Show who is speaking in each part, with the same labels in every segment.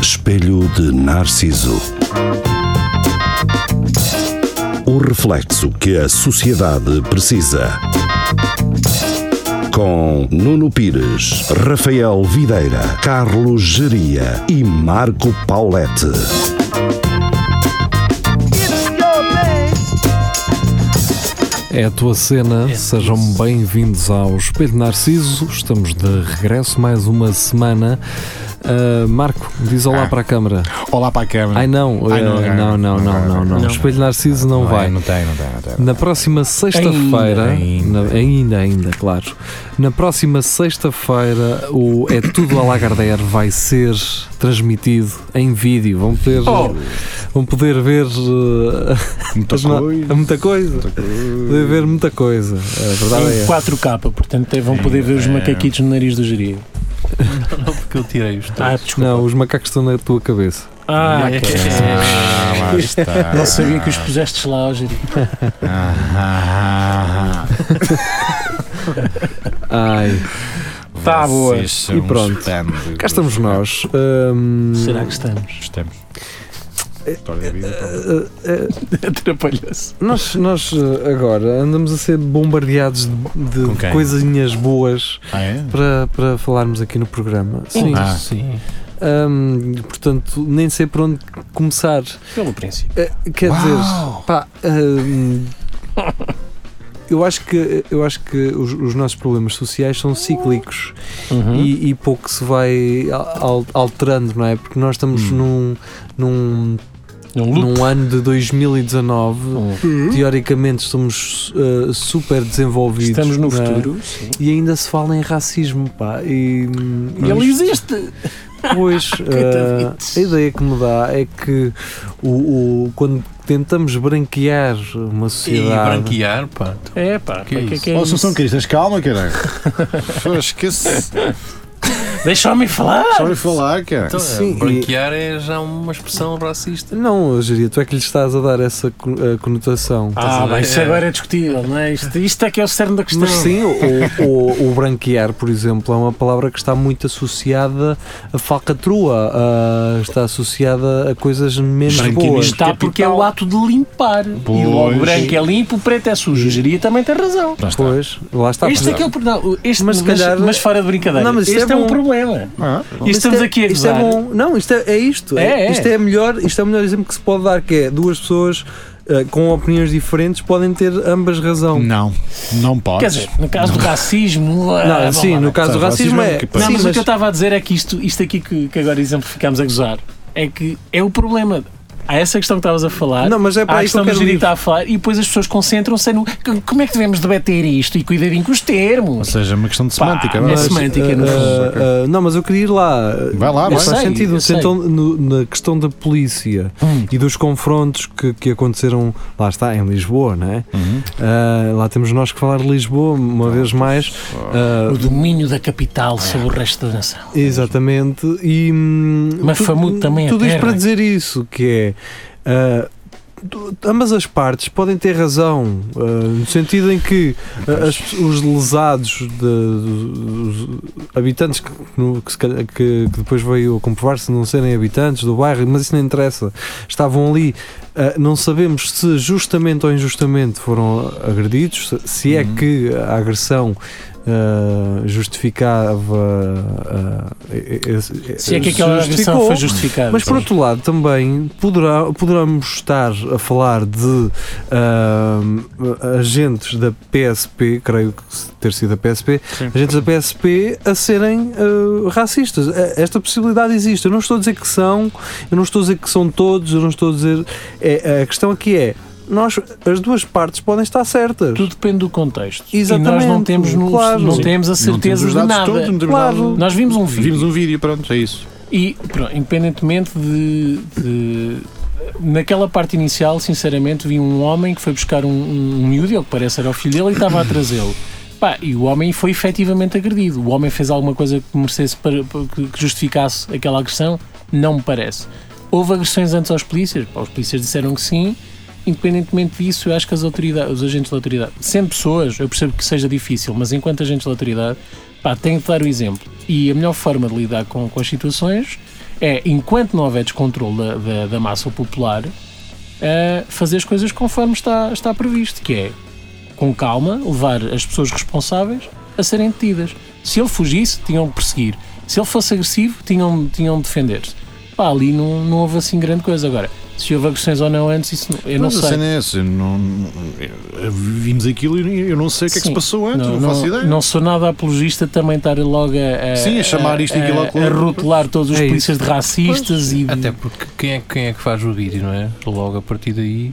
Speaker 1: Espelho de Narciso. O reflexo que a sociedade precisa. Com Nuno Pires, Rafael Videira, Carlos Geria e Marco Paulette.
Speaker 2: É a tua cena, sejam bem-vindos ao Espelho de Narciso. Estamos de regresso mais uma semana. Ah, Marco, diz olá
Speaker 3: Ah.
Speaker 2: para a câmara.
Speaker 3: Olá para a câmera.
Speaker 2: Ai não,
Speaker 3: Ai,
Speaker 2: eh,
Speaker 3: não, cara.
Speaker 2: não, não, não, não, não.
Speaker 3: Não.
Speaker 2: Espelho de Narciso não vai.
Speaker 3: Não tem, não tem, não tem.
Speaker 2: Na próxima sexta-feira,
Speaker 3: Ainda,
Speaker 2: na- ainda, ainda, claro. Na próxima sexta-feira, o É Tudo a Lagardère vai ser transmitido em vídeo. Vão poder,
Speaker 3: Oh.
Speaker 2: vão poder ver eh,
Speaker 3: Muita
Speaker 2: as no-
Speaker 3: coisa.
Speaker 2: muita coisa. Poder ver muita coisa. A verdade é
Speaker 4: Em
Speaker 2: essa.
Speaker 4: 4K, portanto vão poder ver os
Speaker 3: É.
Speaker 4: macaquitos no nariz do geria.
Speaker 5: Não, porque eu tirei os três.
Speaker 4: Ah, desculpa.
Speaker 2: Não, os macacos estão na tua cabeça.
Speaker 4: Ah,
Speaker 5: É.
Speaker 4: ok.
Speaker 3: Ah, lá está.
Speaker 4: Não sabia que os pusestes lá ao geria.
Speaker 3: Ah, ah, ah,
Speaker 2: Ai,
Speaker 3: ah.
Speaker 4: Tá boa.
Speaker 3: Vocês são
Speaker 2: E pronto.
Speaker 3: esplêndidos.
Speaker 2: cá estamos nós. Hum, eh, Ahm,
Speaker 4: Será que estamos?
Speaker 3: Estamos. História da vida. então. pronto.
Speaker 2: eh, eh,
Speaker 4: Atrapalhou-se.
Speaker 2: Nós, nós eh, agora andamos a ser bombardeados de, de
Speaker 3: Com quem?
Speaker 2: coisinhas boas
Speaker 3: Ah, é?
Speaker 2: para, para falarmos aqui no programa.
Speaker 4: Sim,
Speaker 3: Ah.
Speaker 4: sim.
Speaker 2: Ahm, portanto, nem sei por onde começar.
Speaker 4: Pelo princípio.
Speaker 2: Eh, quer
Speaker 3: Uau!
Speaker 2: dizer, pá, ahm, eu acho que, eu acho que os, os nossos problemas sociais são cíclicos
Speaker 5: Hum?
Speaker 4: E
Speaker 2: e, e pouco se vai al- alterando, não é? Porque nós
Speaker 5: Hum.
Speaker 2: estamos num, num
Speaker 4: um loop.
Speaker 2: num ano de 2019,
Speaker 4: Um-
Speaker 5: Hum?
Speaker 2: teoricamente estamos uh, super desenvolvidos.
Speaker 4: Estamos no
Speaker 2: não é?
Speaker 4: futuro. sim.
Speaker 2: E ainda se fala em racismo, pá. E,
Speaker 4: E ele existe.
Speaker 2: Pois, uh,
Speaker 4: Coitaditos.
Speaker 2: a ideia que me dá é que o, o- quando tentamos branquear uma
Speaker 5: E
Speaker 2: sociedade.
Speaker 5: branquear, pá.
Speaker 4: É pá,
Speaker 5: Que
Speaker 4: pá,
Speaker 5: é
Speaker 4: que é
Speaker 5: isso?
Speaker 4: que é
Speaker 3: Oh,
Speaker 4: isso?
Speaker 3: Assunção Cristas, calma, caralho. Pô, Esquece.
Speaker 4: Deixa me falar.
Speaker 3: Só me falar, cara.
Speaker 5: Então,
Speaker 2: Sim, e-
Speaker 5: branquear é já uma expressão racista.
Speaker 2: Não, Jeria, tu é que lhe estás a dar essa co- a conotação.
Speaker 4: Ah, bem, isso
Speaker 5: É.
Speaker 4: agora é discutível, não é? Isto, isto é que é o cerne da questão.
Speaker 2: Mas sim, o, o- o branquear, por exemplo, é uma palavra que está muito associada a falcatrua, a- está associada a coisas menos
Speaker 3: Branqueamento.
Speaker 2: boas.
Speaker 4: Está porque é o ato de limpar. E
Speaker 3: Pois.
Speaker 4: logo branco é limpo, o preto é sujo. O geria também tem razão.
Speaker 3: Lá está.
Speaker 2: Pois, lá está.
Speaker 4: este é que é o não,
Speaker 2: Tá.
Speaker 4: este,
Speaker 2: Mas
Speaker 4: mas,
Speaker 2: se calhar-
Speaker 4: mas fora de brincadeira,
Speaker 2: Não, mas isto
Speaker 4: este
Speaker 2: é
Speaker 4: é, um
Speaker 2: bom.
Speaker 4: problema.
Speaker 3: Ah,
Speaker 4: E estamos
Speaker 2: Isto é-
Speaker 4: aqui a
Speaker 2: isto é
Speaker 4: gozar.
Speaker 2: bom. Não, isto é, é isto.
Speaker 4: É, é.
Speaker 2: Isto é a melhor, isto é o melhor exemplo que se pode dar, que é duas pessoas eh, com opiniões diferentes podem ter ambas razão.
Speaker 3: não, não podes.
Speaker 4: Quer dizer, no caso do racismo. ah,
Speaker 2: é Não,
Speaker 4: vamos
Speaker 2: sim,
Speaker 4: lá.
Speaker 2: no caso do
Speaker 3: Sabe,
Speaker 2: racismo
Speaker 3: racismo
Speaker 2: é.
Speaker 3: é que
Speaker 2: sim,
Speaker 3: passa.
Speaker 4: Não, mas, o
Speaker 2: mas-
Speaker 4: que eu estava a dizer é que isto, isto aqui que, que agora exemplificámos a gozar é que é o problema. Há essa questão que estavas a falar.
Speaker 2: Não, mas é para
Speaker 4: Há a
Speaker 2: aí que eu
Speaker 4: questão do
Speaker 2: quero
Speaker 4: gerir que
Speaker 2: ir.
Speaker 4: está a falar e depois as pessoas concentram-se no "C- como é que devemos debater isto e cuidadinho com os
Speaker 3: Ou
Speaker 4: termos.
Speaker 3: seja, é uma questão de
Speaker 4: Pá,
Speaker 3: semântica. vá.
Speaker 4: mas- é semântica,
Speaker 2: eh,
Speaker 4: no fundo.
Speaker 2: eh, eh, não, mas eu queria ir lá.
Speaker 3: Vai lá,
Speaker 2: Mas
Speaker 3: vai.
Speaker 2: faz
Speaker 4: sei,
Speaker 2: sentido.
Speaker 4: eu sei.
Speaker 2: Então, no- na questão da polícia
Speaker 4: Hum.
Speaker 2: e dos confrontos que, que aconteceram, lá está, em Lisboa, não é?
Speaker 3: Uhum.
Speaker 2: Ah, lá temos nós que falar de Lisboa, uma vez mais. Ah,
Speaker 4: O domínio da capital sobre o resto da nação.
Speaker 2: Exatamente. E, hum,
Speaker 4: Mas
Speaker 2: tu-
Speaker 4: Famudo também é
Speaker 2: Tudo isto
Speaker 4: terra.
Speaker 2: para dizer isso, que é. ah, tu- Ambas as partes podem ter razão, ah, no sentido em que ah, as- os lesados, de- os habitantes que, no- que se calhar- que- que depois veio a comprovar-se não serem habitantes do bairro, mas isso não interessa, estavam ali, ah, não sabemos se justamente ou injustamente foram agredidos, se- se é
Speaker 3: Uhum.
Speaker 2: que a agressão ah, justificava. ah, e- e- esse-
Speaker 4: Se é que aquela agressão
Speaker 2: justificou.
Speaker 4: foi então. justificada.
Speaker 2: Mas por outro lado, também poderá, poderemos estar a falar de ahm, agentes da PSP, creio que se- ter sido a PSP, agentes da PSP a serem ah, racistas. Eh, Esta possibilidade existe. Eu não estou a dizer que são, eu não estou a dizer que são todos, eu não estou a dizer. É, a questão aqui é: nós, as duas partes podem estar certas.
Speaker 4: Tudo depende do contexto.
Speaker 2: Exatamente,
Speaker 4: E nós não temos, no-
Speaker 2: claro.
Speaker 4: não
Speaker 2: Sim.
Speaker 4: temos a
Speaker 3: Não temos
Speaker 4: certeza
Speaker 3: os
Speaker 4: de
Speaker 3: dados
Speaker 4: nada.
Speaker 3: todos, não temos nada.
Speaker 2: Claro.
Speaker 4: Nós vimos um vídeo.
Speaker 3: Vimos um vídeo, pronto, é isso.
Speaker 4: E, pronto, independentemente de, de- Naquela parte inicial, sinceramente, vi um homem que foi buscar um, um, um miúdo, ao que parece era o filho dele, e estava a trazê-lo. Pá, e o homem foi efetivamente agredido. O homem fez alguma coisa que merecesse para, para- que que justificasse aquela agressão? Não me parece. Houve agressões antes aos polícias? Pá, os polícias disseram que sim. Independentemente disso, eu acho que as autoridades, os agentes da autoridade, sendo pessoas, eu percebo que seja difícil, mas enquanto agentes da autoridade, pá, têm que dar o exemplo. E a melhor forma de lidar com, com as situações é, enquanto não houver descontrole da, da, da massa popular, eh, fazer as coisas conforme está, está previsto, que é, com calma, levar as pessoas responsáveis a serem detidas. Se ele fugisse, tinham de perseguir. Se ele fosse agressivo, tinham, tinham de defender-se. Pá, ali não, não houve assim grande coisa. Agora, se houve agressões ou não antes, isso não- eu não
Speaker 3: Mas A
Speaker 4: sei.
Speaker 3: cena é essa, não, eu- vimos aquilo e eu não sei o que é que
Speaker 4: Sim.
Speaker 3: se passou antes, não, faço ideia.
Speaker 4: não sou nada apologista também estar logo a, a-
Speaker 3: Sim, a chamar isto e aquilo
Speaker 4: a,
Speaker 3: ao-
Speaker 4: a, rotular todos os
Speaker 2: É
Speaker 4: polícias de racistas e
Speaker 5: Até porque quem é, quem é que faz o vídeo, não é? Logo a partir daí.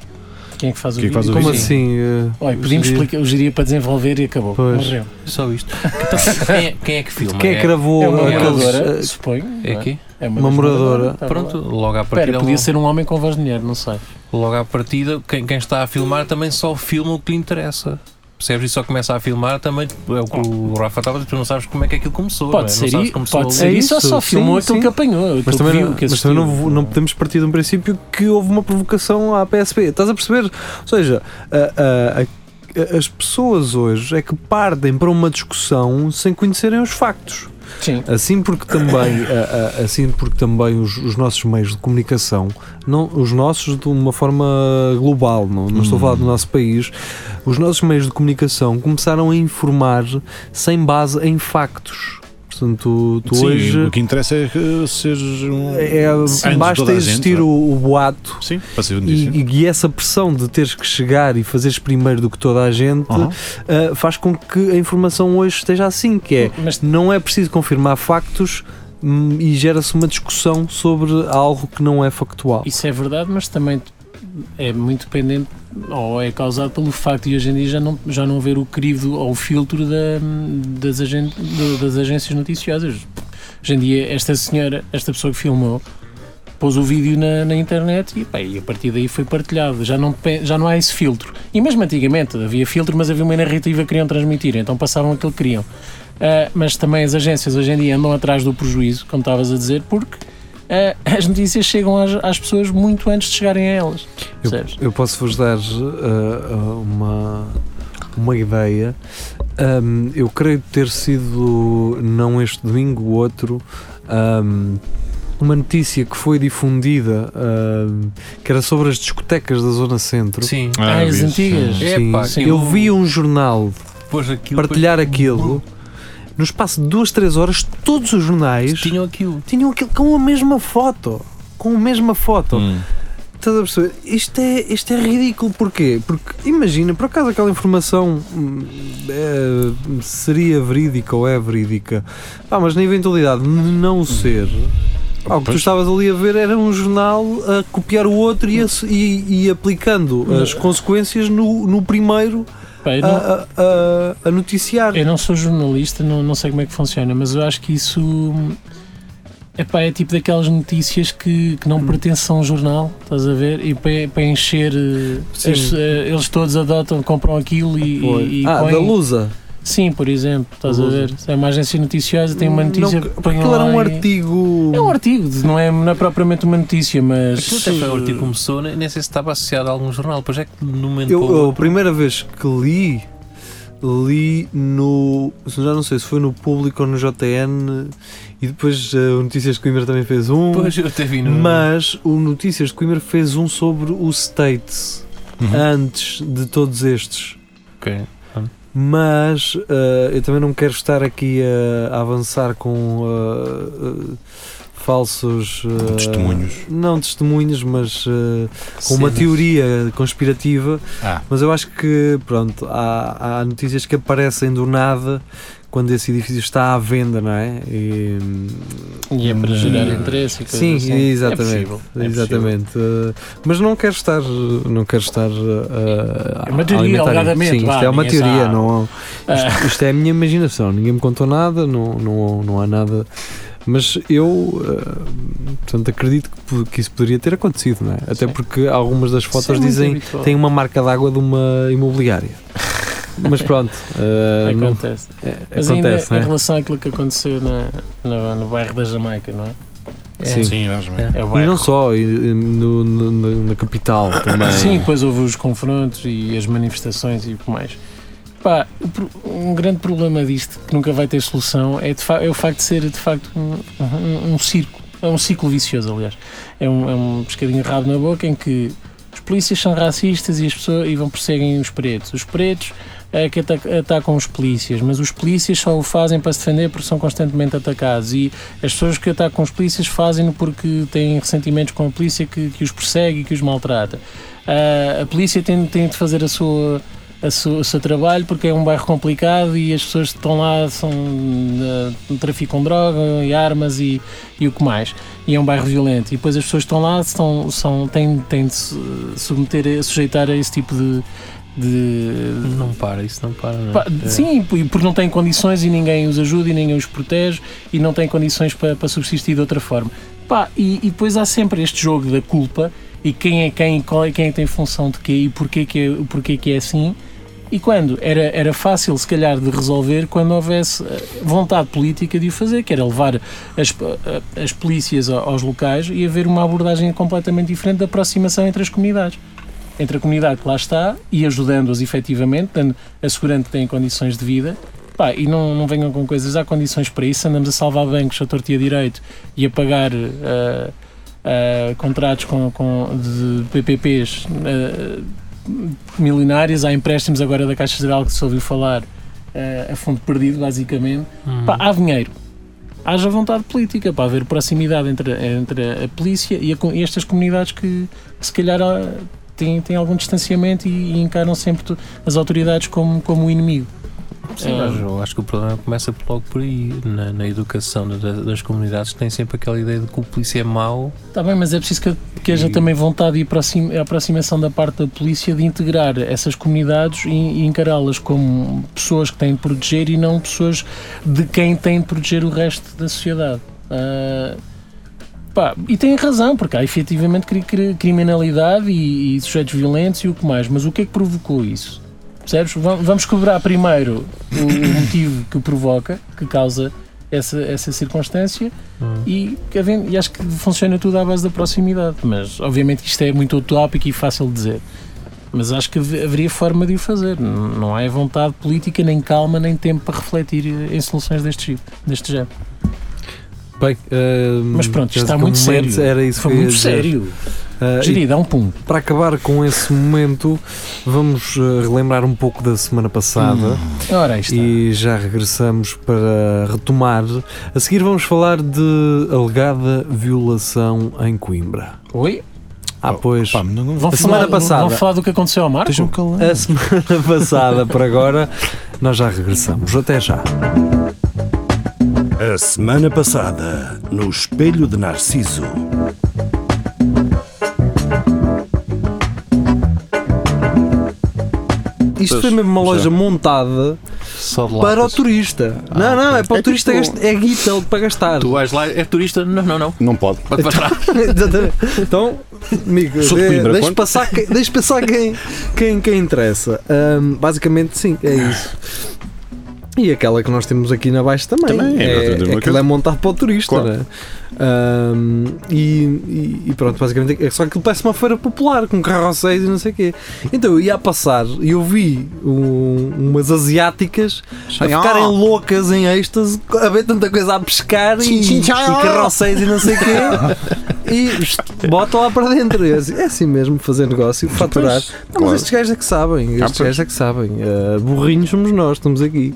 Speaker 4: quem é que faz o
Speaker 3: Quem é que faz
Speaker 4: vídeo?
Speaker 3: o
Speaker 2: Como
Speaker 5: Sim.
Speaker 2: assim? eh,
Speaker 4: Olha, pedimos
Speaker 2: seria-
Speaker 4: explica- o giria para desenvolver e acabou.
Speaker 2: Pois.
Speaker 4: Morreu.
Speaker 5: Só isto. Então, quem, é, quem é que filma?
Speaker 2: Quem é que gravou
Speaker 4: É uma
Speaker 5: é
Speaker 2: aqueles,
Speaker 4: moradora,
Speaker 2: eh,
Speaker 4: suponho. não
Speaker 5: É
Speaker 4: é?
Speaker 5: aqui?
Speaker 4: É
Speaker 2: Uma
Speaker 4: das
Speaker 2: moradora.
Speaker 4: moradoras, tá
Speaker 5: Pronto,
Speaker 4: bom.
Speaker 5: logo à partida.
Speaker 4: Espera, podia
Speaker 5: logo,
Speaker 4: ser um homem com voz de mulher, não sei.
Speaker 5: logo à partida, quem, quem está a filmar também só filma o que lhe interessa. Percebes? E só começa a filmar também. É o que o Rafa estava a dizer, tu não sabes como é que aquilo começou. não é?
Speaker 4: Pode
Speaker 5: não
Speaker 4: ser,
Speaker 5: sabes
Speaker 4: i-
Speaker 5: como
Speaker 4: pode
Speaker 5: começou
Speaker 4: ser
Speaker 5: ali.
Speaker 2: É
Speaker 4: isso, ou
Speaker 2: isso,
Speaker 4: só filmou
Speaker 2: sim,
Speaker 4: aquilo
Speaker 2: sim.
Speaker 4: que apanhou,
Speaker 2: Mas
Speaker 4: aquilo
Speaker 2: também,
Speaker 4: que viu,
Speaker 2: não,
Speaker 4: que
Speaker 2: mas também não, vou-
Speaker 4: assistiu.
Speaker 2: não podemos partir de um princípio que houve uma provocação à PSP. Estás a perceber? Ou seja, a- a- a- as pessoas hoje é que partem para uma discussão sem conhecerem os factos.
Speaker 4: Sim.
Speaker 2: Assim porque também, a- a- assim porque também os, os nossos meios de comunicação, não, os nossos de uma forma global, não, não estou a
Speaker 3: Hum.
Speaker 2: falar do nosso país, os nossos meios de comunicação começaram a informar sem base em factos. Portanto, tu, tu
Speaker 3: Sim,
Speaker 2: hoje
Speaker 3: o que interessa é que seja um.
Speaker 2: é,
Speaker 3: Antes de
Speaker 2: basta
Speaker 3: toda a gente, é?
Speaker 2: existir
Speaker 3: vá.
Speaker 2: o, o boato
Speaker 3: Sim, para ser notícia.
Speaker 2: e, e essa pressão de teres que chegar e fazeres primeiro do que toda a gente
Speaker 3: Aham.
Speaker 2: ah, faz com que a informação hoje esteja assim, que é
Speaker 4: Mas
Speaker 2: não é preciso confirmar factos hum, e gera-se uma discussão sobre algo que não é factual.
Speaker 4: Isso é verdade, mas também é muito dependente ou é causado pelo facto de hoje em dia já não, já não haver o crivo ou o filtro da- das, agen- do- das agências noticiosas. Hoje em dia, esta senhora, esta pessoa que filmou, pôs o vídeo na, na internet e, pá, e a partir daí foi partilhado. Já não, pe- já não há esse filtro. E mesmo antigamente havia filtro, mas havia uma narrativa que queriam transmitir, então passavam aquilo que queriam. Ah, mas também as agências hoje em dia andam atrás do prejuízo, como estavas a dizer, porque eh, as notícias chegam às, às pessoas muito antes de chegarem a elas.
Speaker 2: Eu,
Speaker 4: Percebes?
Speaker 2: eu posso vos dar ah, ah, uma, uma ideia. Ahm, eu creio ter sido, não este domingo, o outro, ahm, uma notícia que foi difundida ahm, que era sobre as discotecas da Zona Centro.
Speaker 5: Sim.
Speaker 4: Ah, as
Speaker 3: vi,
Speaker 4: antigas.
Speaker 5: É,
Speaker 2: Sim,
Speaker 5: pá,
Speaker 2: sim.
Speaker 5: eu-
Speaker 2: Eu vi um jornal
Speaker 5: Depois aquilo.
Speaker 2: partilhar aquilo. No espaço de duas, três horas, todos os jornais
Speaker 5: depois Tinham aquilo.
Speaker 2: tinham aquilo com a mesma foto. Com a mesma foto.
Speaker 3: Hum.
Speaker 2: Estás a perceber? Isto é, isto é ridículo. Porquê? Porque imagina, por acaso aquela informação hum, é, seria verídica ou é verídica, Pá, mas na eventualidade de não ser. pá, o que tu
Speaker 3: Hum. Pois.
Speaker 2: estavas ali a ver era um jornal a copiar o outro e, a- e- e aplicando
Speaker 3: Hum.
Speaker 2: as consequências no, no primeiro
Speaker 4: Pá, eu,
Speaker 2: a,
Speaker 4: não,
Speaker 2: a- a- a noticiar.
Speaker 4: eu não sou jornalista, não, não sei como é que funciona, mas eu acho que isso hum, epá, é tipo daquelas notícias que, que não
Speaker 2: Hum.
Speaker 4: pertencem a um jornal, estás a ver? E para, para encher, eh,
Speaker 2: Sim.
Speaker 4: as- eh, eles todos adotam, compram aquilo e, e, e
Speaker 2: ah,
Speaker 4: põem-
Speaker 2: da Lusa.
Speaker 4: Sim, por exemplo, estás a
Speaker 2: Lusa.
Speaker 4: ver? É uma agência noticiosa, tem uma
Speaker 2: Não,
Speaker 4: notícia.
Speaker 2: porque
Speaker 4: põem
Speaker 2: aquilo era um
Speaker 4: lá e-
Speaker 2: artigo.
Speaker 4: É um artigo, não é, não é propriamente uma notícia, mas.
Speaker 5: Aquilo até foi o artigo que começou, nem nem sei se estava associado a algum jornal. Depois é que no momento.
Speaker 2: Eu,
Speaker 5: para o
Speaker 2: eu, a
Speaker 5: outro-
Speaker 2: primeira vez que li, li no. Já não sei se foi no público ou no JN, e depois eh, o Notícias de Coimbra também fez um.
Speaker 5: Depois eu até vi no.
Speaker 2: Mas o Notícias de Coimbra fez um sobre o States
Speaker 3: Uhum.
Speaker 2: antes de todos estes.
Speaker 5: Ok.
Speaker 2: Mas eh, eu também não quero estar aqui a, a avançar com eh, eh, falsos eh,
Speaker 3: Testemunhos.
Speaker 2: Não testemunhos, mas eh, com uma
Speaker 5: Cenas.
Speaker 2: teoria conspirativa
Speaker 3: Ah,
Speaker 2: mas eu acho que, pronto, há, há notícias que aparecem do nada quando esse edifício está à venda, não é? E, hum,
Speaker 4: E é para
Speaker 2: Hum.
Speaker 4: gerar interesse e coisas
Speaker 2: Sim,
Speaker 4: assim.
Speaker 2: exatamente.
Speaker 4: É possível, é
Speaker 2: exatamente. Uh, mas não quero estar. Não quero estar. Uh,
Speaker 4: É uma teoria,
Speaker 2: a alimentar-
Speaker 4: alegadamente,
Speaker 2: Sim,
Speaker 4: vá,
Speaker 2: isto é uma
Speaker 4: ninguém
Speaker 2: teoria,
Speaker 4: sabe.
Speaker 2: não,
Speaker 4: Ah.
Speaker 2: isto, isto é a minha imaginação. Ninguém me contou nada, não, não, não há nada. Mas eu, uh, portanto, acredito que, po- que isso poderia ter acontecido, não é? Até
Speaker 4: Sim.
Speaker 2: porque algumas das
Speaker 4: possível. Isso é
Speaker 2: fotos
Speaker 4: muito
Speaker 2: dizem
Speaker 4: habitual.
Speaker 2: tem uma marca d'água de uma imobiliária. Mas pronto, uh, não-
Speaker 4: Acontece.
Speaker 2: é- acontece,
Speaker 4: Mas ainda em
Speaker 2: não é?
Speaker 4: relação àquilo que aconteceu na, na- no bairro da Jamaica, não é?
Speaker 2: Sim.
Speaker 3: sim, acho bem.
Speaker 4: É o
Speaker 2: E
Speaker 4: bairro.
Speaker 2: não só, e, e no- no- no- na capital também.
Speaker 4: Sim, depois houve os confrontos e as manifestações e o que mais. Pá, o pro- um grande problema disto, que nunca vai ter solução, é, de fa- é o facto de ser de facto um, um, um circo. É um ciclo vicioso, aliás. É um, é um pescadinho de rabo na boca em que os polícias são racistas e as pessoas e vão perseguem os pretos. Os pretos é que ata- atacam os polícias, mas os polícias só o fazem para se defender porque são constantemente atacados. E as pessoas que atacam os polícias fazem-no porque têm ressentimentos com a polícia que, que os persegue e que os maltrata. Ah, a polícia tem, tem de fazer a sua, a su- o seu trabalho porque é um bairro complicado e as pessoas que estão lá são, ah, traficam droga e armas e, e o que mais. E é um bairro violento. E depois as pessoas que estão lá estão, são, têm, têm de se submeter, a- sujeitar a esse tipo de. de-
Speaker 5: Não para, isso não para. Não é?
Speaker 4: Pá,
Speaker 5: É.
Speaker 4: Sim, p- porque não têm condições e ninguém os ajuda e ninguém os protege e não têm condições para, para subsistir de outra forma. Pá, e, e depois há sempre este jogo da culpa e quem é quem, qual é quem tem função de quê e porquê que é, porquê que é assim. E quando? Era, era fácil, se calhar, de resolver quando houvesse eh, vontade política de o fazer, que era levar as, eh, as polícias a- aos locais e haver uma abordagem completamente diferente da aproximação entre as comunidades. Entre a comunidade que lá está e ajudando-as efetivamente, dando assegurando que têm condições de vida. Pá, e não, não venham com coisas, há condições para isso, andamos a salvar bancos à tortia direito e a pagar ah, ah, contratos com, com- de PPPs ah, milionários, há empréstimos agora da Caixa Geral que se ouviu falar ah, a fundo perdido, basicamente.
Speaker 5: Hum.
Speaker 4: Pá, há dinheiro. Haja vontade política para haver proximidade entre, entre a polícia e, a co- e estas comunidades que, que se calhar ah, têm, têm algum distanciamento e, e encaram sempre tu- as autoridades como, como o inimigo.
Speaker 5: Sim,
Speaker 4: Ah,
Speaker 5: mas eu É, acho que o problema começa por- logo por aí, na, na educação da- da- das comunidades, que tem sempre aquela ideia de que o polícia é mau.
Speaker 4: Está bem, mas é preciso que, que haja
Speaker 5: E-
Speaker 4: também vontade e aproxim- a aproximação da parte da polícia de integrar essas comunidades e, e encará-las como pessoas que têm de proteger e não pessoas de quem tem de proteger o resto da sociedade. Ah, pá, e tem razão, porque há efetivamente cri- cri- criminalidade e, e sujeitos violentos e o que mais, mas o que é que provocou isso? Percebes? Va- Vamos cobrar primeiro o, o motivo que provoca, que causa essa, essa circunstância e, que havendo- e acho que funciona tudo à base da proximidade. Mas obviamente que isto é muito utópico e fácil de dizer. Mas acho que hav- haveria forma de o fazer. N- Não há vontade política, nem calma, nem tempo para refletir em soluções deste tipo, deste género.
Speaker 2: Bem, ah,
Speaker 4: Mas pronto,
Speaker 2: penso
Speaker 4: isto está
Speaker 2: que o
Speaker 4: muito
Speaker 2: momento
Speaker 4: sério.
Speaker 2: Era isso
Speaker 4: Foi
Speaker 2: que eu ia
Speaker 4: muito
Speaker 2: dizer.
Speaker 4: sério.
Speaker 2: Ah, e
Speaker 4: Gerida, é um pum.
Speaker 2: para acabar com esse momento, vamos ah, relembrar um pouco da semana passada.
Speaker 4: Ora, aí está.
Speaker 2: E já regressamos para retomar. A seguir vamos falar de alegada violação em Coimbra.
Speaker 4: Oi?
Speaker 2: Ah,
Speaker 3: Oh,
Speaker 2: pois.
Speaker 3: Pá, não, não,
Speaker 4: Vão
Speaker 2: A semana
Speaker 4: falar,
Speaker 2: passada. um
Speaker 4: Vão falar do que aconteceu ao Marco?
Speaker 3: estejam calados.
Speaker 2: A semana passada para agora, nós já regressamos. Até já.
Speaker 1: A semana passada, no Espelho de Narciso.
Speaker 2: Isto foi mesmo uma loja montada
Speaker 5: Só de
Speaker 2: para o
Speaker 5: latas.
Speaker 2: turista. não, não, é para o
Speaker 6: É
Speaker 2: turista
Speaker 6: tipo-
Speaker 2: gastar. É guita para gastar.
Speaker 5: Tu vais lá, é turista? Não, não, não.
Speaker 6: Não pode.
Speaker 5: Vai para trás.
Speaker 2: Exatamente. então, amigo,
Speaker 6: Sou de
Speaker 2: eh,
Speaker 6: Coimbra,
Speaker 2: deixa
Speaker 6: quanto?
Speaker 2: passar, quem, deixa passar quem, quem, quem interessa. Ahm, basicamente, sim, é isso. E aquela que nós temos aqui na Baixa também.
Speaker 6: Também, é
Speaker 2: é,
Speaker 6: exatamente a mesma
Speaker 2: aquilo
Speaker 6: coisa.
Speaker 2: é montado para o turista.
Speaker 6: Claro.
Speaker 2: né? Ahm, e, e- e pronto, basicamente é só aquilo parece uma feira popular com carrosséis e não sei o quê. Então eu ia a passar e eu vi um- umas asiáticas a ficarem loucas em êxtase, a ver tanta coisa a pescar e,
Speaker 6: Tchim, tchim,
Speaker 2: e
Speaker 6: tchau.
Speaker 2: carroceiros e não sei o quê. E isto, bota lá para dentro. É assim, é assim mesmo fazer negócio, faturar.
Speaker 6: Pois,
Speaker 2: Não,
Speaker 6: claro.
Speaker 2: Mas estes gajos é que sabem, estes
Speaker 6: Ah, pois.
Speaker 2: gajos é que sabem. Ah, burrinhos somos nós, estamos aqui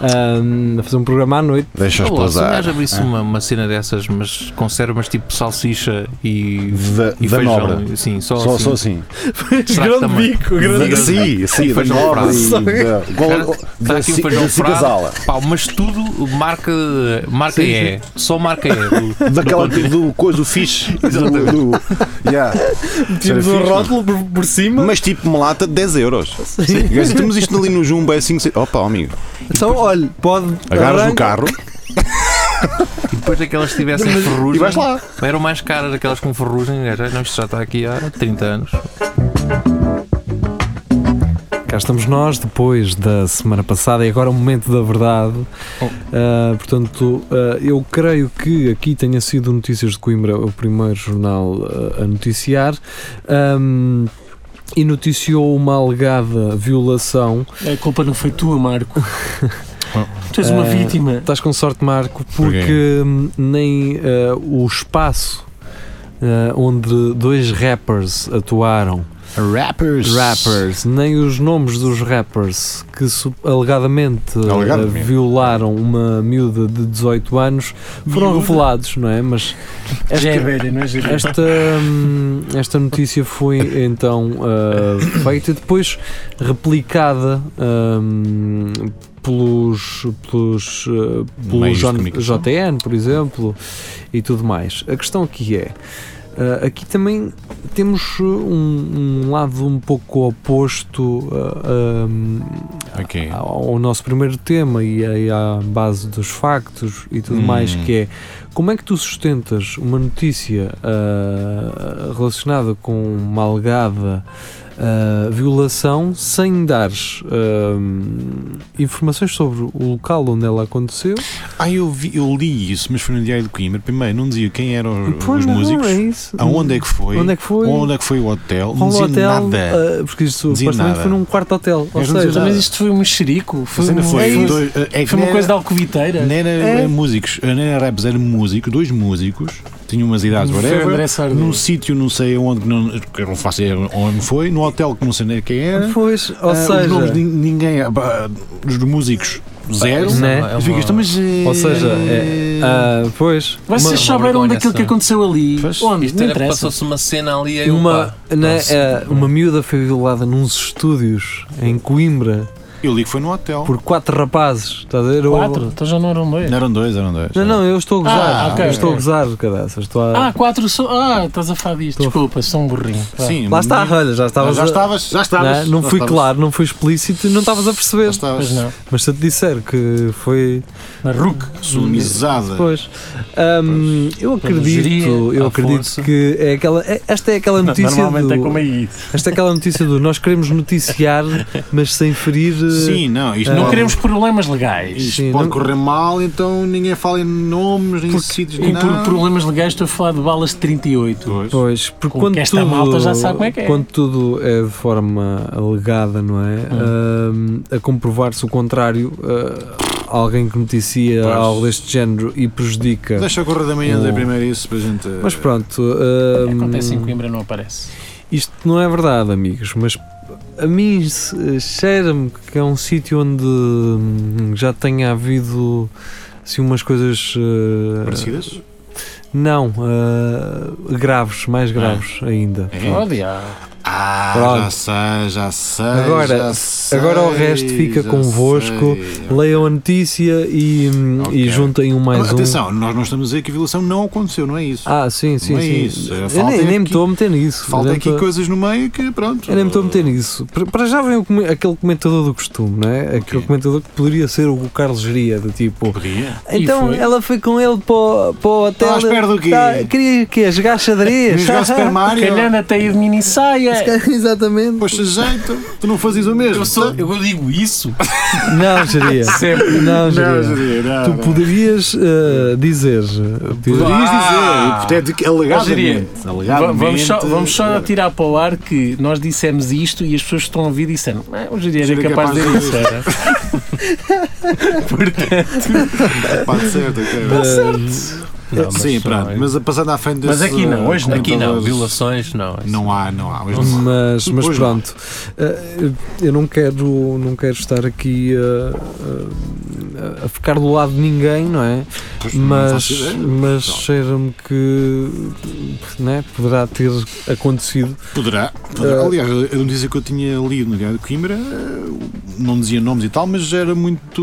Speaker 2: ah, a fazer um programa à noite.
Speaker 6: Deixa-os
Speaker 5: Olá, se um
Speaker 6: pousar.
Speaker 5: gajo abrisse uma, uma cena dessas, mas com mas tipo salsicha e.
Speaker 6: Da,
Speaker 5: E
Speaker 6: Eh, da
Speaker 5: feijão.
Speaker 6: nobre.
Speaker 5: Sim, só,
Speaker 6: Só,
Speaker 5: assim.
Speaker 6: só assim.
Speaker 5: Será que também-
Speaker 6: Da-
Speaker 5: Diga-
Speaker 6: Sim, sim, da
Speaker 5: feijão
Speaker 6: nobre. e
Speaker 2: frado.
Speaker 6: Da,
Speaker 5: Cara,
Speaker 6: igual-
Speaker 5: Está
Speaker 6: da,
Speaker 5: aqui um
Speaker 6: ci-
Speaker 5: feijão
Speaker 6: da
Speaker 5: frado.
Speaker 6: cicazala.
Speaker 5: Pá, mas tudo marca, marca
Speaker 6: Sim,
Speaker 5: é. Só marca é. Do- do
Speaker 6: Daquela
Speaker 5: conteúdo.
Speaker 6: do coisa do fish.
Speaker 5: Exatamente.
Speaker 6: Do, do- yeah.
Speaker 2: Tínhamos
Speaker 6: Era
Speaker 2: um
Speaker 6: fixe,
Speaker 2: rótulo por, por cima.
Speaker 6: Mas tipo uma lata de 10 euros. Sim. Sim. Temos isto ali no Jumbo, é 5, 6. Opa, amigo.
Speaker 2: Então, olha, pode.
Speaker 6: Agarras um no
Speaker 2: arranca-
Speaker 6: carro
Speaker 5: E depois daquelas que tivessem
Speaker 6: e
Speaker 5: ferrugem.
Speaker 6: vais lá.
Speaker 5: Eram mais caras aquelas com ferrugem. Já, não, isto já está aqui há 30 anos.
Speaker 2: Cá estamos nós, depois da semana passada, e agora é o momento da verdade.
Speaker 5: Oh.
Speaker 2: Ah, portanto, ah, eu creio que aqui tenha sido Notícias de Coimbra o primeiro jornal ah, a noticiar. Ahm, e noticiou uma alegada violação.
Speaker 4: A culpa não foi tua, Marco. tu és uma
Speaker 2: Ah,
Speaker 4: vítima.
Speaker 2: Estás com sorte, Marco,
Speaker 3: Porquê?
Speaker 2: porque hum, nem ah, o espaço ah, onde dois rappers atuaram,
Speaker 3: Rappers.
Speaker 2: rappers, nem os nomes dos rappers que su- alegadamente, ah,
Speaker 3: Alegadamente.
Speaker 2: violaram uma miúda de 18 anos foram
Speaker 4: Miúda?
Speaker 2: revelados, não é? Mas
Speaker 4: Já é
Speaker 2: esta-
Speaker 4: velha, não é? Já é velha.
Speaker 2: Esta, hum, esta notícia foi então ah, feita e depois replicada hum, pelos, pelos, ah, pelo
Speaker 3: Meios de
Speaker 2: J-
Speaker 3: comunicação.
Speaker 2: JN, por exemplo, e tudo mais. A questão aqui é. ah, aqui também temos ah, um, um lado um pouco oposto ah, hum,
Speaker 3: Ok.
Speaker 2: ao ao nosso primeiro tema e aí à base dos factos e tudo
Speaker 3: Hum.
Speaker 2: mais, que é como é que tu sustentas uma notícia ah, relacionada com uma alegada ah, violação sem dares ah, informações sobre o local onde ela aconteceu?
Speaker 3: Ah, eu, vi- eu li isso, mas foi no Diário de Coimbra. Primeiro, não dizia quem eram os,
Speaker 2: Pô,
Speaker 3: os
Speaker 2: não,
Speaker 3: músicos,
Speaker 2: é isso.
Speaker 3: aonde é que foi,
Speaker 2: Onde é que foi?
Speaker 3: onde é que foi o hotel,
Speaker 2: Qual
Speaker 3: não dizia
Speaker 2: hotel?
Speaker 3: nada.
Speaker 2: ah, porque isso
Speaker 3: Dizia
Speaker 2: supostamente
Speaker 3: nada.
Speaker 2: foi num quarto hotel. Ou
Speaker 3: Mas não dizia
Speaker 2: seja,
Speaker 3: nada.
Speaker 4: Mas isto foi um mexerico.
Speaker 3: A
Speaker 2: Ah,
Speaker 4: Foi,
Speaker 3: cena
Speaker 4: um-
Speaker 3: foi,
Speaker 4: foi-
Speaker 3: dois- é que
Speaker 4: foi uma
Speaker 3: nem
Speaker 4: coisa de
Speaker 3: era-
Speaker 4: alcoviteira.
Speaker 3: Nem era
Speaker 2: É.
Speaker 3: eh, músicos, eh, nem era rappers, era músico, dois músicos, tinham umas idades,
Speaker 4: Foi o
Speaker 3: whatever,
Speaker 4: André Sardinha.
Speaker 3: num sítio não sei onde, que não, que eu não faço ideia onde foi, num hotel que não sei nem quem era.
Speaker 2: Pois, ou
Speaker 3: Ah, os nomes de
Speaker 2: seja,
Speaker 3: ninguém, ah, bah, dos músicos, zero.
Speaker 2: Não é?
Speaker 3: E ficas, "Então, mas, eh,
Speaker 2: ou seja, é, ah, pois,
Speaker 4: Vocês
Speaker 5: Uma-
Speaker 4: souberam
Speaker 5: uma
Speaker 4: onde aquilo que
Speaker 5: vergonha
Speaker 4: aconteceu ali?
Speaker 3: Pois,
Speaker 4: Onde?
Speaker 5: Isto
Speaker 4: Não
Speaker 5: era
Speaker 4: interessa.
Speaker 5: passou-se uma cena ali aí
Speaker 2: uma, né,
Speaker 5: É um Nossa.
Speaker 2: eh, uma miúda foi violada nos estúdios em Coimbra
Speaker 3: Eu li que foi no hotel.
Speaker 2: por quatro rapazes. Estás a ver? Eu-
Speaker 4: Quatro? Então já não eram dois.
Speaker 3: Não eram dois, eram dois.
Speaker 2: Não, não, eu estou a gozar.
Speaker 4: Ah, ok,
Speaker 2: eu estou
Speaker 4: ok.
Speaker 2: a gozar, caraças. Estou a...
Speaker 4: Ah, quatro só. Ah, estás a falar disto.
Speaker 2: Tô.
Speaker 4: Desculpa, sou um burrinho. Vá.
Speaker 3: Ah, Sim,
Speaker 2: Lá está,
Speaker 3: mas-
Speaker 4: Ah,
Speaker 2: olha, já estavas.
Speaker 3: já
Speaker 2: a-
Speaker 3: estavas, já estavas.
Speaker 2: né? Não
Speaker 3: já
Speaker 2: fui
Speaker 3: estavas.
Speaker 2: claro, não fui explícito e não estavas a perceber.
Speaker 3: Já estavas
Speaker 4: Pois não.
Speaker 2: Mas se eu te disser que foi.
Speaker 4: Na RUC.
Speaker 3: sodomizada.
Speaker 2: Pois. Ahm, eu acredito,
Speaker 5: geria,
Speaker 2: eu
Speaker 5: à
Speaker 2: acredito
Speaker 5: força.
Speaker 2: que é aquela. é- Esta é aquela notícia.
Speaker 4: Normalmente é como
Speaker 2: Do,
Speaker 4: é isso.
Speaker 2: esta é aquela notícia do nós queremos noticiar, mas sem ferir. eh,
Speaker 3: Sim, não, isto
Speaker 2: Ah.
Speaker 4: Não
Speaker 3: pode-
Speaker 4: queremos problemas legais.
Speaker 3: Isto
Speaker 2: Sim,
Speaker 3: pode
Speaker 2: não-
Speaker 3: correr mal, então ninguém fala em nomes, nem sítios, nem
Speaker 4: E por
Speaker 3: nada.
Speaker 4: problemas legais estou a falar de balas de 38.
Speaker 3: Pois.
Speaker 2: Pois, porque
Speaker 4: Com
Speaker 2: quando
Speaker 4: que esta
Speaker 2: tudo,
Speaker 4: malta já sabe como é que é.
Speaker 2: Quando tudo é de forma alegada, não é?
Speaker 4: Hum.
Speaker 2: Ah, a comprovar-se o contrário, ah, alguém que noticia
Speaker 3: Pois.
Speaker 2: algo deste género e prejudica.
Speaker 3: Deixa correr da manhã
Speaker 2: Oh.
Speaker 3: dizer primeiro isso para a gente. eh,
Speaker 2: Mas pronto, ah,
Speaker 4: Acontece em Coimbra, não aparece.
Speaker 2: isto não é verdade, amigos, mas a mim se- cheira-me que é um sítio onde hum, já tenha havido assim umas coisas ah,
Speaker 3: Parecidas?
Speaker 2: não ah, graves, mais graves ainda.
Speaker 3: É.
Speaker 4: Olha,
Speaker 3: Ah,
Speaker 2: Pronto.
Speaker 3: já sei, já sei.
Speaker 2: Agora-
Speaker 3: já sei,
Speaker 2: agora o resto fica
Speaker 3: já
Speaker 2: convosco.
Speaker 3: sei.
Speaker 2: Leiam a notícia e, hum,
Speaker 3: Ok.
Speaker 2: e juntem um mais um.
Speaker 3: Atenção, nós não estamos a dizer que a violação não aconteceu, não é isso.
Speaker 2: Ah, sim, sim,
Speaker 3: Não é
Speaker 2: sim.
Speaker 3: isso.
Speaker 2: Eu
Speaker 3: Falta
Speaker 2: nem, nem me
Speaker 3: aqui-
Speaker 2: estou a meter nisso.
Speaker 3: Falta
Speaker 2: Eu nem
Speaker 3: aqui
Speaker 2: tô-
Speaker 3: coisas no meio que pronto.
Speaker 2: Eu nem me estou a meter nisso. Para- Para já vem o come- aquele comentador do costume, não é? Aquele
Speaker 3: Ok.
Speaker 2: comentador que poderia ser o Carlos Geria, do tipo.
Speaker 3: Podia.
Speaker 2: Então
Speaker 4: foi?
Speaker 2: ela foi com ele para, o- para o hotel.
Speaker 3: Estava à espera do quê?
Speaker 2: Tá- queria que jogar xadrez.
Speaker 3: Queria jogar Super Mario.
Speaker 4: calhando até aí de mini saia.
Speaker 2: Exatamente.
Speaker 3: Poxa, jeito, tu não fazias o mesmo.
Speaker 5: Eu, sou, eu digo isso.
Speaker 2: Não, Geria.
Speaker 4: Sempre.
Speaker 2: Não,
Speaker 3: Não,
Speaker 2: Geria.
Speaker 3: Júlio, não,
Speaker 2: Tu
Speaker 3: não.
Speaker 2: poderias eh, dizer.
Speaker 3: Poderias
Speaker 5: Ah!
Speaker 3: dizer, hipotético, alegadamente.
Speaker 4: Va-
Speaker 3: alegadamente
Speaker 4: Vamos só, vamos só tirar para o ar que nós dissemos isto e as pessoas que estão a ouvir disseram ah, o Júlio
Speaker 3: Júlio
Speaker 4: era capaz de dizer isso. Era.
Speaker 3: Pode ser, ok.
Speaker 2: certo.
Speaker 5: Não, mas
Speaker 3: Sim,
Speaker 5: não,
Speaker 3: pronto.
Speaker 5: é-
Speaker 3: Mas passando à frente
Speaker 4: Mas
Speaker 3: desses,
Speaker 4: aqui não,
Speaker 3: eh,
Speaker 4: hoje não.
Speaker 5: Aqui não,
Speaker 3: comentadores,
Speaker 5: violações não.
Speaker 3: Não há, não há. Hoje não há.
Speaker 2: Mas, mas
Speaker 3: Pois não.
Speaker 2: pronto, Eh, eu não quero, não quero estar aqui eh, eh, a ficar do lado de ninguém, não é?
Speaker 3: Pois, não
Speaker 2: Mas,
Speaker 3: faço ideia.
Speaker 2: mas
Speaker 3: Não.
Speaker 2: cheira-me que né, poderá ter acontecido.
Speaker 3: Poderá. poderá.
Speaker 2: Eh,
Speaker 3: Aliás, a notícia que eu tinha lido no Diário de Coimbra eh, não dizia nomes e tal, mas era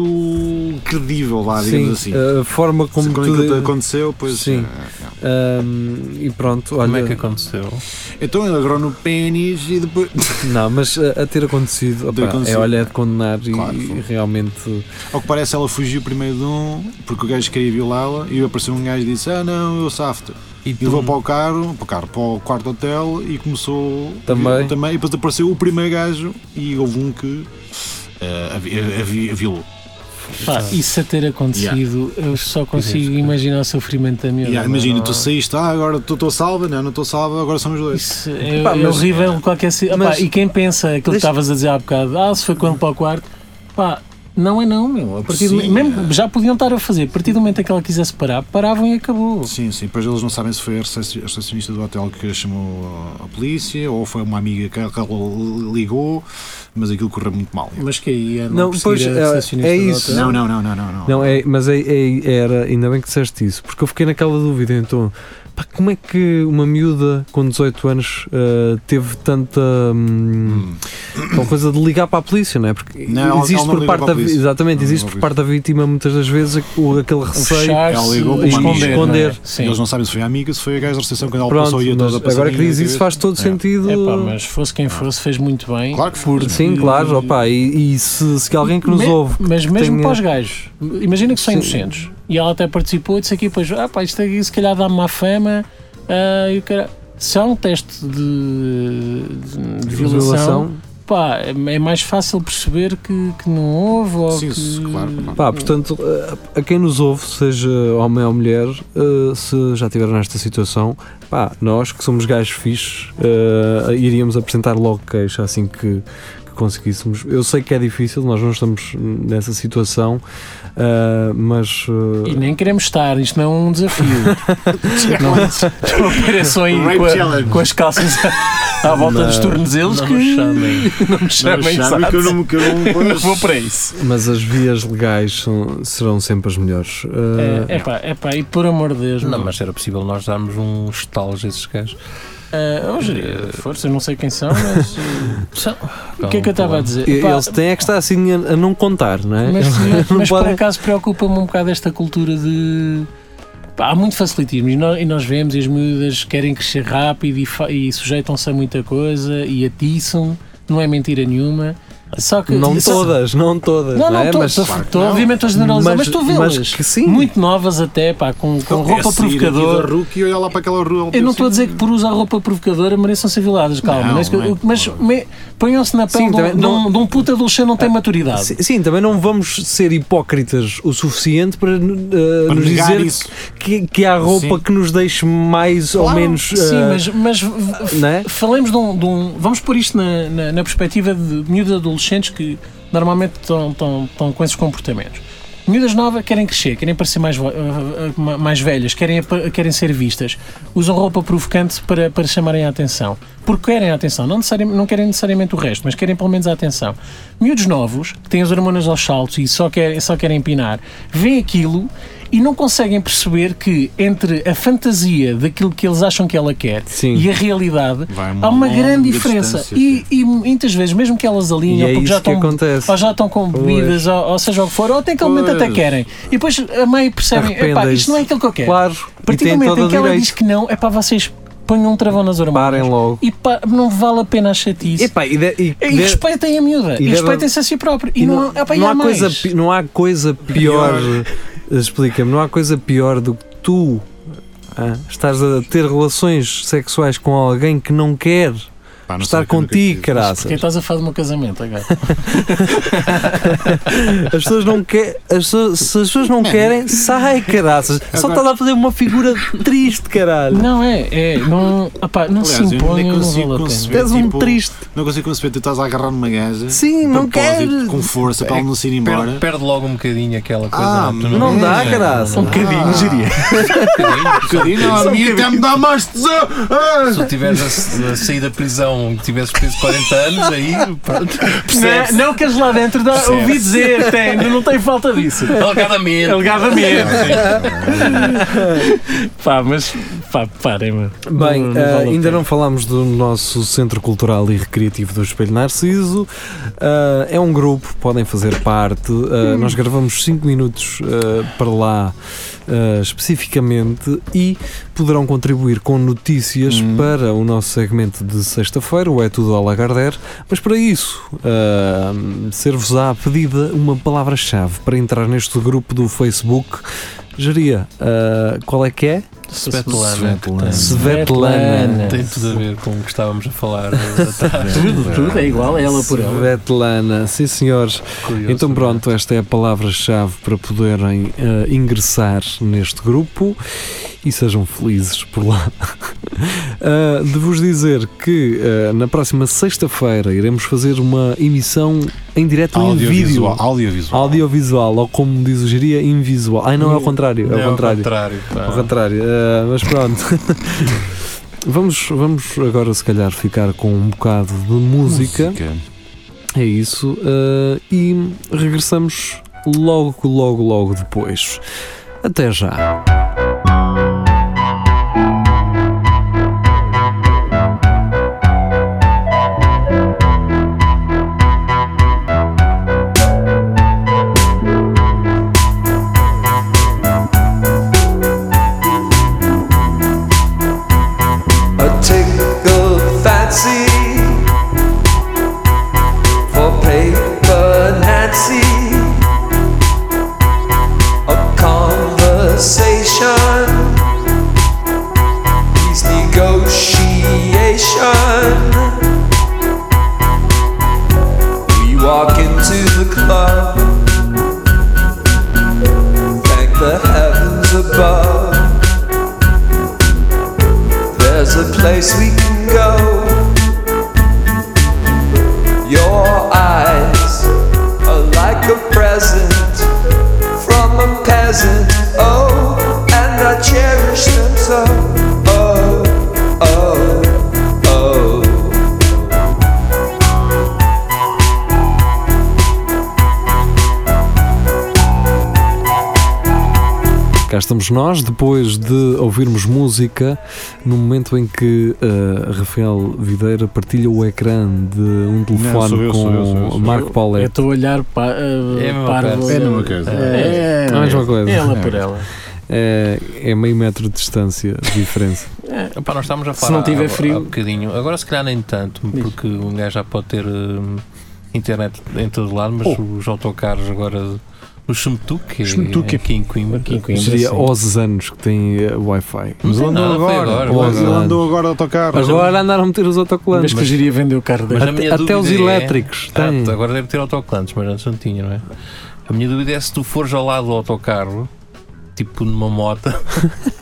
Speaker 3: muito credível lá, digamos assim. é
Speaker 2: eh, a forma como
Speaker 3: Se
Speaker 2: tudo. é-
Speaker 3: aquilo aconteceu, pois.
Speaker 2: Sim.
Speaker 3: eh, não.
Speaker 2: Ahm, ehm, e pronto, olha.
Speaker 5: Como é que aconteceu?
Speaker 3: Então ele agora no pênis e depois.
Speaker 2: Não, mas eh, a, a ter acontecido, opá,
Speaker 3: acontecido.
Speaker 2: É, olha, é de condenar e-
Speaker 3: Claro.
Speaker 2: e, realmente.
Speaker 3: Ao que parece, ela fugiu primeiro de um, porque o gajo queria violá-la, e apareceu um gajo e disse: Ah, não, eu safo-te.
Speaker 5: E
Speaker 3: E levou para o carro, para o carro, para o quarto hotel e começou a
Speaker 2: Também.
Speaker 3: vir- também e depois apareceu o primeiro gajo e houve um que eh, a, vi- a vi- a violou.
Speaker 4: Pá, isso a ter acontecido, eu só consigo imaginar o sofrimento da minha
Speaker 3: Yeah, imagina, tu saíste, ah, agora tu estou salva, né? não, não estou salva, agora somos dois.
Speaker 4: Isso é,
Speaker 2: Pá,
Speaker 4: é
Speaker 2: mas-
Speaker 4: horrível qualquer si- Ah, pá,
Speaker 2: Mas-
Speaker 4: E quem pensa aquilo que
Speaker 2: Deixa-
Speaker 4: estavas a dizer há bocado, ah, se foi com ele para o quarto, pá, não é não, meu. A partir do-
Speaker 3: Sim,
Speaker 4: mesmo,
Speaker 3: é.
Speaker 4: já podiam estar a fazer, a partir do momento em que ela quisesse parar, paravam e acabou.
Speaker 3: Sim, sim, depois eles não sabem se foi a recep- a recepcionista do hotel que chamou a- a polícia ou foi uma amiga que que ela ligou, mas aquilo correu muito mal.
Speaker 2: Então?
Speaker 4: Mas que aí é
Speaker 2: Não,
Speaker 4: não, perseguir
Speaker 2: pois,
Speaker 4: a
Speaker 2: é-
Speaker 4: recepcionista
Speaker 2: é
Speaker 4: do
Speaker 2: isso.
Speaker 4: hotel.
Speaker 3: Não, não, não, não, não. não.
Speaker 2: Não, é, mas é, é- era, ainda bem que disseste isso, porque eu fiquei naquela dúvida, então, pá, como é que uma miúda com 18 anos ah, teve tanta hum,
Speaker 3: Hum.
Speaker 2: tal coisa de ligar para a polícia, não é? Porque
Speaker 3: Não, ela-
Speaker 2: existe
Speaker 3: ela não
Speaker 2: por
Speaker 3: ligou
Speaker 2: parte
Speaker 3: para
Speaker 2: da
Speaker 3: a polícia.
Speaker 2: exatamente,
Speaker 3: Ela
Speaker 2: existe
Speaker 3: não
Speaker 2: por
Speaker 3: ligou
Speaker 2: parte da vítima muitas das vezes o- aquele
Speaker 4: O
Speaker 2: receio.
Speaker 4: Um fechar-se,
Speaker 3: Ela ligou
Speaker 4: o
Speaker 3: para uma
Speaker 4: esconder.
Speaker 3: amiga.
Speaker 2: Esconder.
Speaker 4: não é?
Speaker 3: Eles
Speaker 4: Sim.
Speaker 3: não sabem se foi a amiga, se foi a gaja da recepção quando ela
Speaker 2: Pronto,
Speaker 3: passou e a
Speaker 2: mas
Speaker 3: toda
Speaker 2: agora que diz isso faz todo
Speaker 3: É. Uhum.
Speaker 2: sentido.
Speaker 4: Epá, mas fosse quem fosse, fez muito bem.
Speaker 3: Claro que foi.
Speaker 2: Sim, claro, opa, e, e se, se alguém que nos
Speaker 4: Me-
Speaker 2: ouve
Speaker 4: Mas mesmo
Speaker 2: tenha-
Speaker 4: para os gajos, imagina que são
Speaker 2: Sim.
Speaker 4: inocentes. E ela até participou e disse aqui, pois, ah, pá, isto aqui se calhar dá má fama. ah, e o cara... Se há um teste de, de violação,
Speaker 2: violação.
Speaker 4: pá, é mais fácil perceber que, que não houve. Ou
Speaker 3: Sim,
Speaker 4: que...
Speaker 3: isso, claro. claro.
Speaker 2: Pá, portanto, eh, a quem nos ouve, seja homem ou mulher, eh, se já estiver nesta situação, pá, nós que somos gajos fixes, eh, iríamos apresentar logo queixa assim que, que conseguíssemos. Eu sei que é difícil, nós não estamos nessa situação, eh, mas. eh,
Speaker 4: E nem queremos estar, isto não é um desafio. não, não apareçam aí
Speaker 3: Rape
Speaker 4: com, a,
Speaker 3: challenge.
Speaker 4: com as calças à, à volta dos tornozelos
Speaker 5: Não
Speaker 4: que
Speaker 5: me chamem.
Speaker 4: não me chamem,
Speaker 3: sabe
Speaker 4: exato.
Speaker 3: que eu não me que eu não-
Speaker 4: não vou para isso.
Speaker 2: mas as vias legais são- serão sempre as melhores. Eh,
Speaker 4: É pá, é pá, e por amor de Deus,
Speaker 5: Não,
Speaker 4: meu.
Speaker 5: mas era possível nós darmos um estalos a esses gajos.
Speaker 4: Ah, hoje,
Speaker 2: Eh,
Speaker 4: força, eu não sei quem são, mas.
Speaker 5: São.
Speaker 4: o que é que eu estava a dizer?
Speaker 2: e-
Speaker 4: Pá,
Speaker 2: Eles têm é que estar assim a, a não contar, não é?
Speaker 4: mas
Speaker 2: não
Speaker 4: mas por
Speaker 2: podem-
Speaker 4: acaso preocupa-me um bocado esta cultura de. Pá, há muito facilitismo e nós, e nós vemos e as miúdas querem crescer rápido e, fa- e sujeitam-se a muita coisa e atiçam, não é mentira nenhuma. Só que.
Speaker 2: Não
Speaker 4: só-
Speaker 2: todas, não todas,
Speaker 4: Não, não,
Speaker 2: é?
Speaker 4: estou,
Speaker 2: Mas-
Speaker 4: estou- estou, obviamente a generalizar, mas, estou tu
Speaker 2: mas
Speaker 4: vê-las.
Speaker 2: que sim.
Speaker 4: Muito novas até, pá, com, com
Speaker 2: então
Speaker 3: É
Speaker 4: roupa provocadora.
Speaker 3: Rookie, olha lá para aquela rua.
Speaker 4: Eu não estou a dizer que por usar roupa provocadora mereçam ser violadas, calma.
Speaker 3: Não,
Speaker 4: não é isso que eu-
Speaker 3: não é.
Speaker 4: mas me- ponham-se na pele
Speaker 2: Sim,
Speaker 4: de,
Speaker 2: também
Speaker 4: um, de um-
Speaker 2: não-
Speaker 4: de um puto adolescente que não tem maturidade.
Speaker 2: Si- Sim, também não vamos ser hipócritas o suficiente para, uh,
Speaker 3: Para
Speaker 2: nos
Speaker 3: negar
Speaker 2: dizer
Speaker 3: isso.
Speaker 2: Que, que há roupa
Speaker 3: Sim.
Speaker 2: que nos deixe mais ou
Speaker 3: Claro,
Speaker 2: menos.
Speaker 4: Sim,
Speaker 2: uh,
Speaker 4: mas, mas v-
Speaker 2: não é?
Speaker 4: falemos de um, de um- Vamos pôr isto na, na, na perspectiva de miúdos adolescentes que normalmente estão, estão, estão com esses comportamentos. Miúdas novas querem crescer, querem parecer mais, vo- eh, eh, mais velhas, querem, apa- querem ser vistas, usam roupa provocante para, para chamarem a atenção. Porque querem a atenção, não, necessariamente, não querem necessariamente o resto, mas querem pelo menos a atenção. Miúdos novos, que têm as hormonas aos saltos e só querem, só querem empinar, veem aquilo e não conseguem perceber que entre a fantasia daquilo que eles acham que ela quer
Speaker 2: Sim.
Speaker 4: e a realidade
Speaker 3: Vai uma
Speaker 4: há uma
Speaker 3: longa
Speaker 4: grande diferença.
Speaker 3: distância,
Speaker 4: E, e muitas vezes, mesmo que elas
Speaker 2: e
Speaker 4: alinham,
Speaker 2: é
Speaker 4: porque já
Speaker 2: isso que
Speaker 4: estão
Speaker 2: acontece.
Speaker 4: ou já estão com
Speaker 2: Pois.
Speaker 4: bebidas, ou, ou seja o que for, ou até aquele momento até
Speaker 3: Pois.
Speaker 4: querem. E depois a mãe percebe, epá,
Speaker 2: Arrependem-se.
Speaker 4: isto não é aquilo que eu quero.
Speaker 2: Claro,
Speaker 4: A
Speaker 2: e
Speaker 4: partir do
Speaker 2: têm
Speaker 4: momento
Speaker 2: todo
Speaker 4: em
Speaker 2: o
Speaker 4: que ela diz
Speaker 2: direito.
Speaker 4: que não, é para vocês ponham um travão nas hormonas.
Speaker 2: Parem logo.
Speaker 4: E pá, não vale a pena a chatice.
Speaker 2: Epá, e de- e
Speaker 4: E
Speaker 2: de-
Speaker 4: respeitem a miúda,
Speaker 2: e
Speaker 4: e,
Speaker 2: deve-
Speaker 4: respeitem-se a si próprio. É E,
Speaker 2: e
Speaker 4: não, epá, e
Speaker 2: não
Speaker 4: há
Speaker 2: há coisa,
Speaker 4: mais.
Speaker 2: pi- não há coisa pior. Explica-me, não há coisa pior do que tu ah, estás a ter relações sexuais com alguém que não quer
Speaker 3: Pá, não sei
Speaker 2: estar
Speaker 3: o que eu nunca
Speaker 2: contigo,
Speaker 3: tive.
Speaker 2: caraças.
Speaker 4: Quem estás a fazer o meu casamento agora?
Speaker 2: As pessoas não querem, as pessoas, se as pessoas não querem, sai, caraças. Só
Speaker 3: Agora-
Speaker 2: está lá a fazer uma figura triste, caralho.
Speaker 4: não é, é, não, epá, não
Speaker 3: Aliás,
Speaker 4: se
Speaker 3: eu nem
Speaker 4: imponham, não
Speaker 3: consigo
Speaker 4: vale a pena.
Speaker 3: conceber.
Speaker 2: És um
Speaker 3: Tipo,
Speaker 2: triste.
Speaker 3: Não consigo conceber, tu estás a agarrar numa gaja.
Speaker 2: Sim,
Speaker 3: de
Speaker 2: não
Speaker 3: propósito,
Speaker 2: queres. É,
Speaker 3: Com força para ela não se ir
Speaker 5: Perde,
Speaker 3: embora.
Speaker 5: perde logo um bocadinho aquela coisa.
Speaker 3: Ah,
Speaker 5: Tu
Speaker 2: Não dá,
Speaker 5: É,
Speaker 2: caraças.
Speaker 5: não dá.
Speaker 3: bocadinho, diria. Um bocadinho, a minha até me dá mais tesão. Ah,
Speaker 5: Se tu tiveres a, a sair da prisão, que tivesses preso 40 anos, aí pronto, percebes.
Speaker 4: Não, não que eles lá dentro dá,
Speaker 5: Percebe-se.
Speaker 4: ouvi dizer, tem, não tem falta disso.
Speaker 5: Alegadamente.
Speaker 4: Alegadamente. pá, mas pá, parem, mano.
Speaker 2: Bem,
Speaker 4: Não- não
Speaker 2: ah,
Speaker 4: vale a
Speaker 2: ainda
Speaker 4: pena.
Speaker 2: não falámos do nosso Centro Cultural e Recreativo do Espelho Narciso. Ah, é um grupo, podem fazer parte.
Speaker 4: Hum.
Speaker 2: Ah, nós gravamos 5 minutos ah, para lá ah, especificamente e poderão contribuir com notícias
Speaker 4: Hum.
Speaker 2: para o nosso segmento de sexta-feira, o É Tudo ao Lagardère. Mas para isso, ah, ser-vos-á pedida uma palavra-chave para entrar neste grupo do Facebook. Geria, ah, qual é que é?
Speaker 5: Svetlana. que tem-
Speaker 2: Svetlana.
Speaker 5: Tem tudo a ver com o que estávamos a falar tá? atrás.
Speaker 4: Tudo, tudo é igual a ela por ela.
Speaker 2: Svetlana, sim senhores.
Speaker 5: Curioso.
Speaker 2: Então pronto, esta é a palavra-chave para poderem eh, ingressar neste grupo e sejam felizes por lá. Eh, de vos dizer que eh, na próxima sexta-feira iremos fazer uma emissão em direto
Speaker 3: um
Speaker 2: em vídeo.
Speaker 3: Audiovisual. Audiovisual.
Speaker 2: Audiovisual, ou como diz o Giria, invisual. Ai não, é ao contrário, é ao contrário.
Speaker 5: pá.
Speaker 2: Ao contrário, eh, mas pronto. vamos, vamos agora se calhar ficar com um bocado de música. É isso. eh, e regressamos logo, logo, logo depois. Até já.
Speaker 7: a tickle fancy for paper Nancy. A conversation, peace negotiation. We walk into the club, thank the heavens above. There's a place we can go. Your eyes are like a present from a peasant. Oh, and I cherish them so. Oh, oh, oh.
Speaker 2: Cá estamos nós, depois de ouvirmos música, no momento em que eh, Rafael Videira partilha o ecrã de um telefone
Speaker 3: sou eu,
Speaker 2: com
Speaker 3: sou eu, sou eu, sou eu.
Speaker 2: Marco
Speaker 4: Eu
Speaker 2: Paulette.
Speaker 4: estou a olhar para.
Speaker 5: É a mesma coisa.
Speaker 3: É a mesma coisa.
Speaker 4: É,
Speaker 2: É a mesma coisa.
Speaker 4: Ela por ela.
Speaker 2: É, é meio metro de distância de diferença.
Speaker 5: Pá, nós estávamos a
Speaker 4: Se
Speaker 5: falar
Speaker 4: não tiver
Speaker 5: há- há,
Speaker 4: frio.
Speaker 5: há bocadinho. Agora se calhar nem tanto,
Speaker 4: Diz.
Speaker 5: porque um gajo já pode ter hum, internet em todo lado, mas os autocarros agora. O Chumtuk, que é
Speaker 4: Chumtuque.
Speaker 5: aqui em Coimbra.
Speaker 4: Aqui em Coimbra,
Speaker 2: Seria
Speaker 4: sim.
Speaker 2: aos anos que tem eh, Wi-Fi.
Speaker 5: Não
Speaker 3: Mas
Speaker 5: tem
Speaker 3: ele andou
Speaker 5: nada, foi
Speaker 3: agora.
Speaker 5: agora,
Speaker 2: foi
Speaker 3: Ele
Speaker 2: agora.
Speaker 3: andou agora a tocar.
Speaker 2: Agora andaram a meter os
Speaker 4: Mas
Speaker 2: autocolantes.
Speaker 4: que eu iria vender o carro
Speaker 5: Mas a
Speaker 4: dela.
Speaker 5: minha
Speaker 2: Até os
Speaker 5: dúvida é-
Speaker 2: elétricos
Speaker 5: Ah,
Speaker 2: têm.
Speaker 3: tá,
Speaker 5: agora deve ter autocolantes, mas antes não tinha, não é? A minha dúvida é se tu fores ao lado do autocarro, tipo numa moto,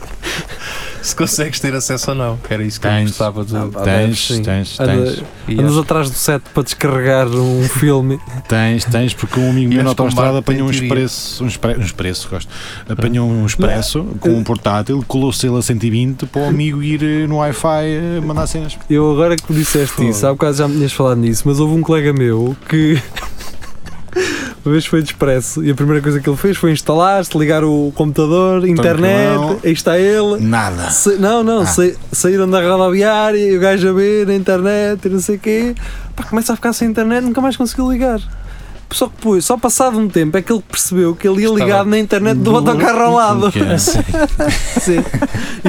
Speaker 5: se consegues ter acesso ou não. Era isso que eu
Speaker 3: Tens.
Speaker 5: gostava de.
Speaker 3: Tens,
Speaker 2: Sim.
Speaker 3: tens,
Speaker 2: Ah,
Speaker 3: tens.
Speaker 5: E é
Speaker 2: Andas
Speaker 5: acho-
Speaker 2: atrás do set para descarregar um filme.
Speaker 3: Tens, tens, porque um amigo meu
Speaker 5: acho
Speaker 3: na
Speaker 5: que o
Speaker 3: autostrada
Speaker 5: Marco tem
Speaker 3: apanhou um
Speaker 5: teoria.
Speaker 3: expresso, um expre- um expresso, gosto, apanhou um expresso com um portátil, colou-se ele a 120 para o amigo ir eh, no Wi-Fi eh, mandar cenas.
Speaker 2: Eu agora que me disseste isso, há bocado já me tinhas falado nisso, mas houve um colega meu que uma vez foi de expresso e a primeira coisa que ele fez foi instalar-se, ligar o computador,
Speaker 3: Tranquilão.
Speaker 2: internet, aí está ele.
Speaker 3: Nada.
Speaker 2: Sa- não, não, sa- saíram da rodoviária e o gajo a ver a internet e não sei o quê. Pá, começa a ficar sem internet, nunca mais conseguiu ligar. Só que depois, só passado um tempo, é que ele percebeu que ele ia
Speaker 5: Estava
Speaker 2: ligado na internet do autocarro ao lado.
Speaker 3: Que é-
Speaker 2: Sim.